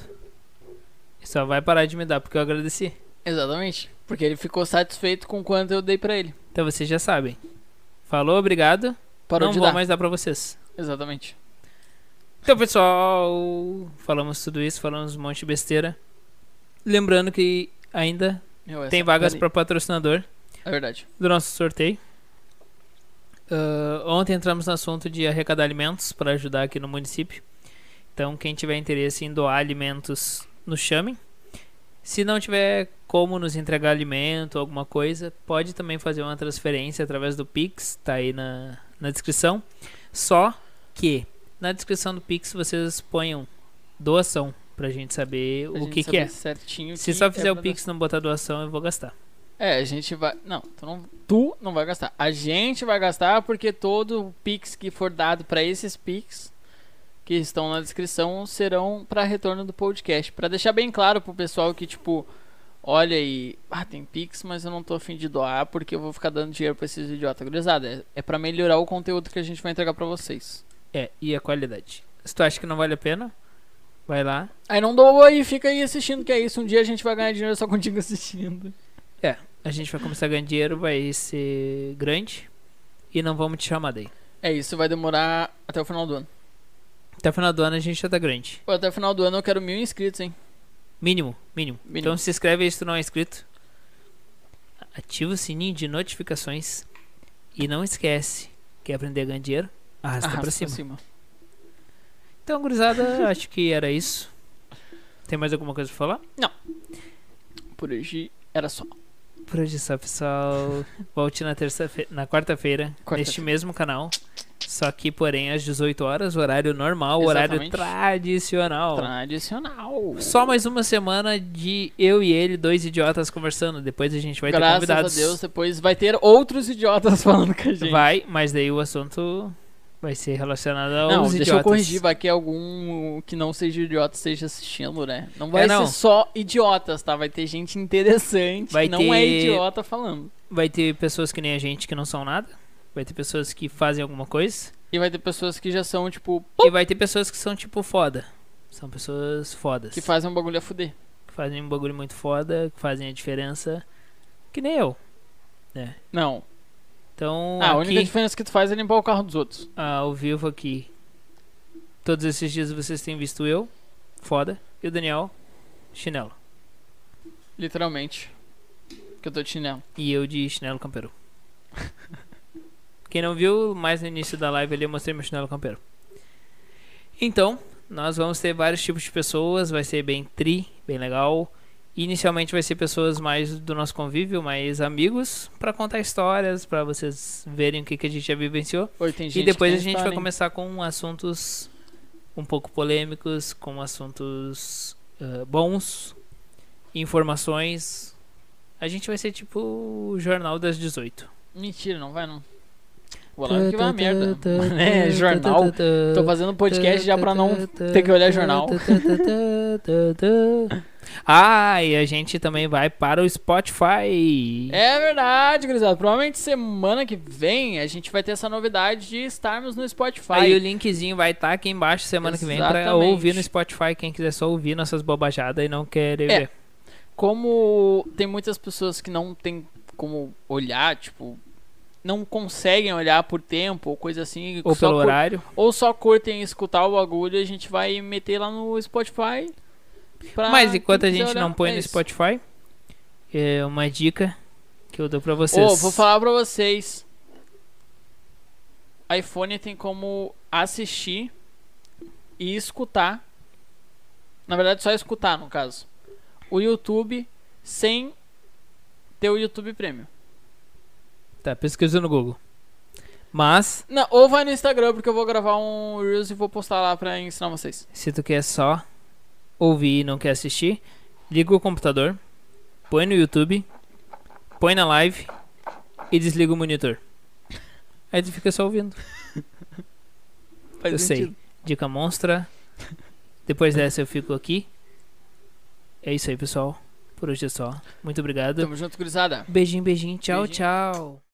A: E Só vai parar de me dar porque eu agradeci.
B: Exatamente. Porque ele ficou satisfeito com quanto eu dei pra ele.
A: Então vocês já sabem. Falou obrigado,
B: Parou
A: não
B: de
A: vou
B: dar.
A: mais dar pra vocês.
B: Exatamente.
A: Então, pessoal, falamos tudo isso, falamos um monte de besteira. Lembrando que ainda
B: Meu,
A: tem
B: essa
A: vagas
B: pane-
A: para patrocinador
B: É verdade.
A: do nosso sorteio. Ah, ontem entramos no assunto de arrecadar alimentos para ajudar aqui no município. Então, quem tiver interesse em doar alimentos, nos chamem. Se não tiver como nos entregar alimento, alguma coisa, pode também fazer uma transferência através do Pix, tá aí na, na descrição. Só que na descrição do Pix vocês ponham doação pra gente saber
B: A
A: o
B: gente
A: que, que
B: saber
A: é.
B: Certinho
A: Se
B: que
A: só
B: é
A: fizer o
B: pra
A: Pix e não botar doação, eu vou gastar.
B: dar. É, a gente vai. Não, tu não, tu não vai gastar. A gente vai gastar porque todo o Pix que for dado pra esses Pix que estão na descrição serão pra retorno do podcast. Pra deixar bem claro pro pessoal que, tipo, olha e. Ah, tem Pix, mas eu não tô afim de doar porque eu vou ficar dando dinheiro pra esses idiotas. Gurizada, é, é pra melhorar o conteúdo que a gente vai entregar pra vocês.
A: É, e a qualidade. Se tu acha que não vale a pena, vai lá.
B: Aí não doa e fica aí assistindo, que é isso. Um dia a gente vai ganhar dinheiro só contigo *laughs* assistindo.
A: A gente vai começar a ganhar dinheiro, vai ser grande. E não vamos te chamar daí.
B: É isso, vai demorar até o final do ano.
A: Até o final do ano a gente já tá grande.
B: Pô, até o final do ano eu quero mil inscritos, hein?
A: Mínimo, mínimo.
B: Mínimo.
A: Então se inscreve aí se tu não é inscrito. Ativa o sininho de notificações. E não esquece, quer aprender a ganhar dinheiro? Arrasta,
B: Arrasta
A: pra cima. Então, gurizada, *laughs* acho que era isso. Tem mais alguma coisa pra falar?
B: Por hoje era só.
A: Por hoje é só, pessoal. Volte na terça-feira, na quarta-feira, neste
B: Quarta-feira.
A: mesmo canal. Só que, porém, às 18 horas, horário normal, horário
B: Exatamente.
A: tradicional.
B: Tradicional.
A: Só mais uma semana de eu e ele, dois idiotas conversando. Depois a gente vai ter
B: Graças a
A: convidados.
B: Deus, depois vai ter outros idiotas *laughs* falando com a gente.
A: Vai, mas daí o assunto vai ser relacionado aos
B: Não,
A: idiotas.
B: deixa eu corrigir, vai que algum que não seja idiota esteja assistindo, né? Não vai
A: É, não.
B: ser só idiotas, tá? Vai ter gente interessante,
A: Vai
B: que não é
A: ter-
B: idiota falando.
A: Vai ter pessoas que nem a gente que não são nada. Vai ter pessoas que fazem alguma coisa.
B: E vai ter pessoas que já são, tipo,
A: E vai ter pessoas que são, tipo, foda. São pessoas fodas.
B: que fazem um bagulho a fuder.
A: que fazem um bagulho muito foda, que fazem a diferença, que nem eu.
B: Não.
A: Então,
B: Ah, a
A: aqui, ah,
B: única diferença que tu faz é limpar o carro dos outros.
A: ao vivo aqui, todos esses dias vocês têm visto eu, foda, e o Daniel, chinelo.
B: Literalmente. Que eu tô de chinelo.
A: E eu de chinelo campeiro. Quem não viu, mais no início da live ali eu mostrei meu chinelo campeiro. Então, nós vamos ter vários tipos de pessoas, vai ser bem tri, bem legal. Inicialmente vai ser pessoas mais do nosso convívio, mais amigos, pra contar histórias, pra vocês verem o que, que a gente já vivenciou.
B: Oi, tem
A: E
B: gente
A: depois
B: que
A: a gente
B: tá
A: vai
B: nem-
A: começar com assuntos um pouco polêmicos, com assuntos ah, bons, informações. A gente vai ser tipo o Jornal das 18.
B: Mentira, não vai não. Vou lá que vai a merda. *laughs*
A: *laughs*
B: É, jornal. Tô fazendo podcast já pra não ter que olhar jornal.
A: *laughs* Ah, e a gente também vai para o Spotify.
B: É verdade, gurizada. Provavelmente semana que vem a gente vai ter essa novidade de estarmos no Spotify.
A: Aí o linkzinho vai estar aqui embaixo semana que vem pra
B: Exatamente.
A: ouvir no Spotify. Quem quiser só ouvir nossas bobajadas e não querer
B: É.
A: ver.
B: Como tem muitas pessoas que não tem como olhar, tipo, não conseguem olhar por tempo ou coisa assim,
A: Ou
B: só
A: pelo
B: cur-
A: horário.
B: ou só curtem escutar o bagulho, a gente vai meter lá no Spotify. pra
A: Mas enquanto a
B: quem quiser
A: gente
B: olhar,
A: não põe
B: é
A: no
B: isso.
A: Spotify, é uma dica que eu dou pra vocês.
B: Ô, vou falar pra vocês. iPhone tem como assistir e escutar. Na verdade, só escutar, no caso. O YouTube sem ter o YouTube Premium.
A: Tá, pesquisa no Google. Mas,
B: Não, ou vai no Instagram, porque eu vou gravar um Reels e vou postar lá pra ensinar vocês.
A: se tu quer só ouvir e não quer assistir, liga o computador, põe no YouTube, põe na live e desliga o monitor. Aí tu fica só ouvindo.
B: Faz
A: eu
B: sentido.
A: sei. Dica monstra. Depois dessa eu fico aqui. É isso aí, pessoal. Por hoje é só. Muito obrigado.
B: Tamo junto, gurizada.
A: Beijinho, beijinho. Tchau,
B: Beijinho.
A: tchau.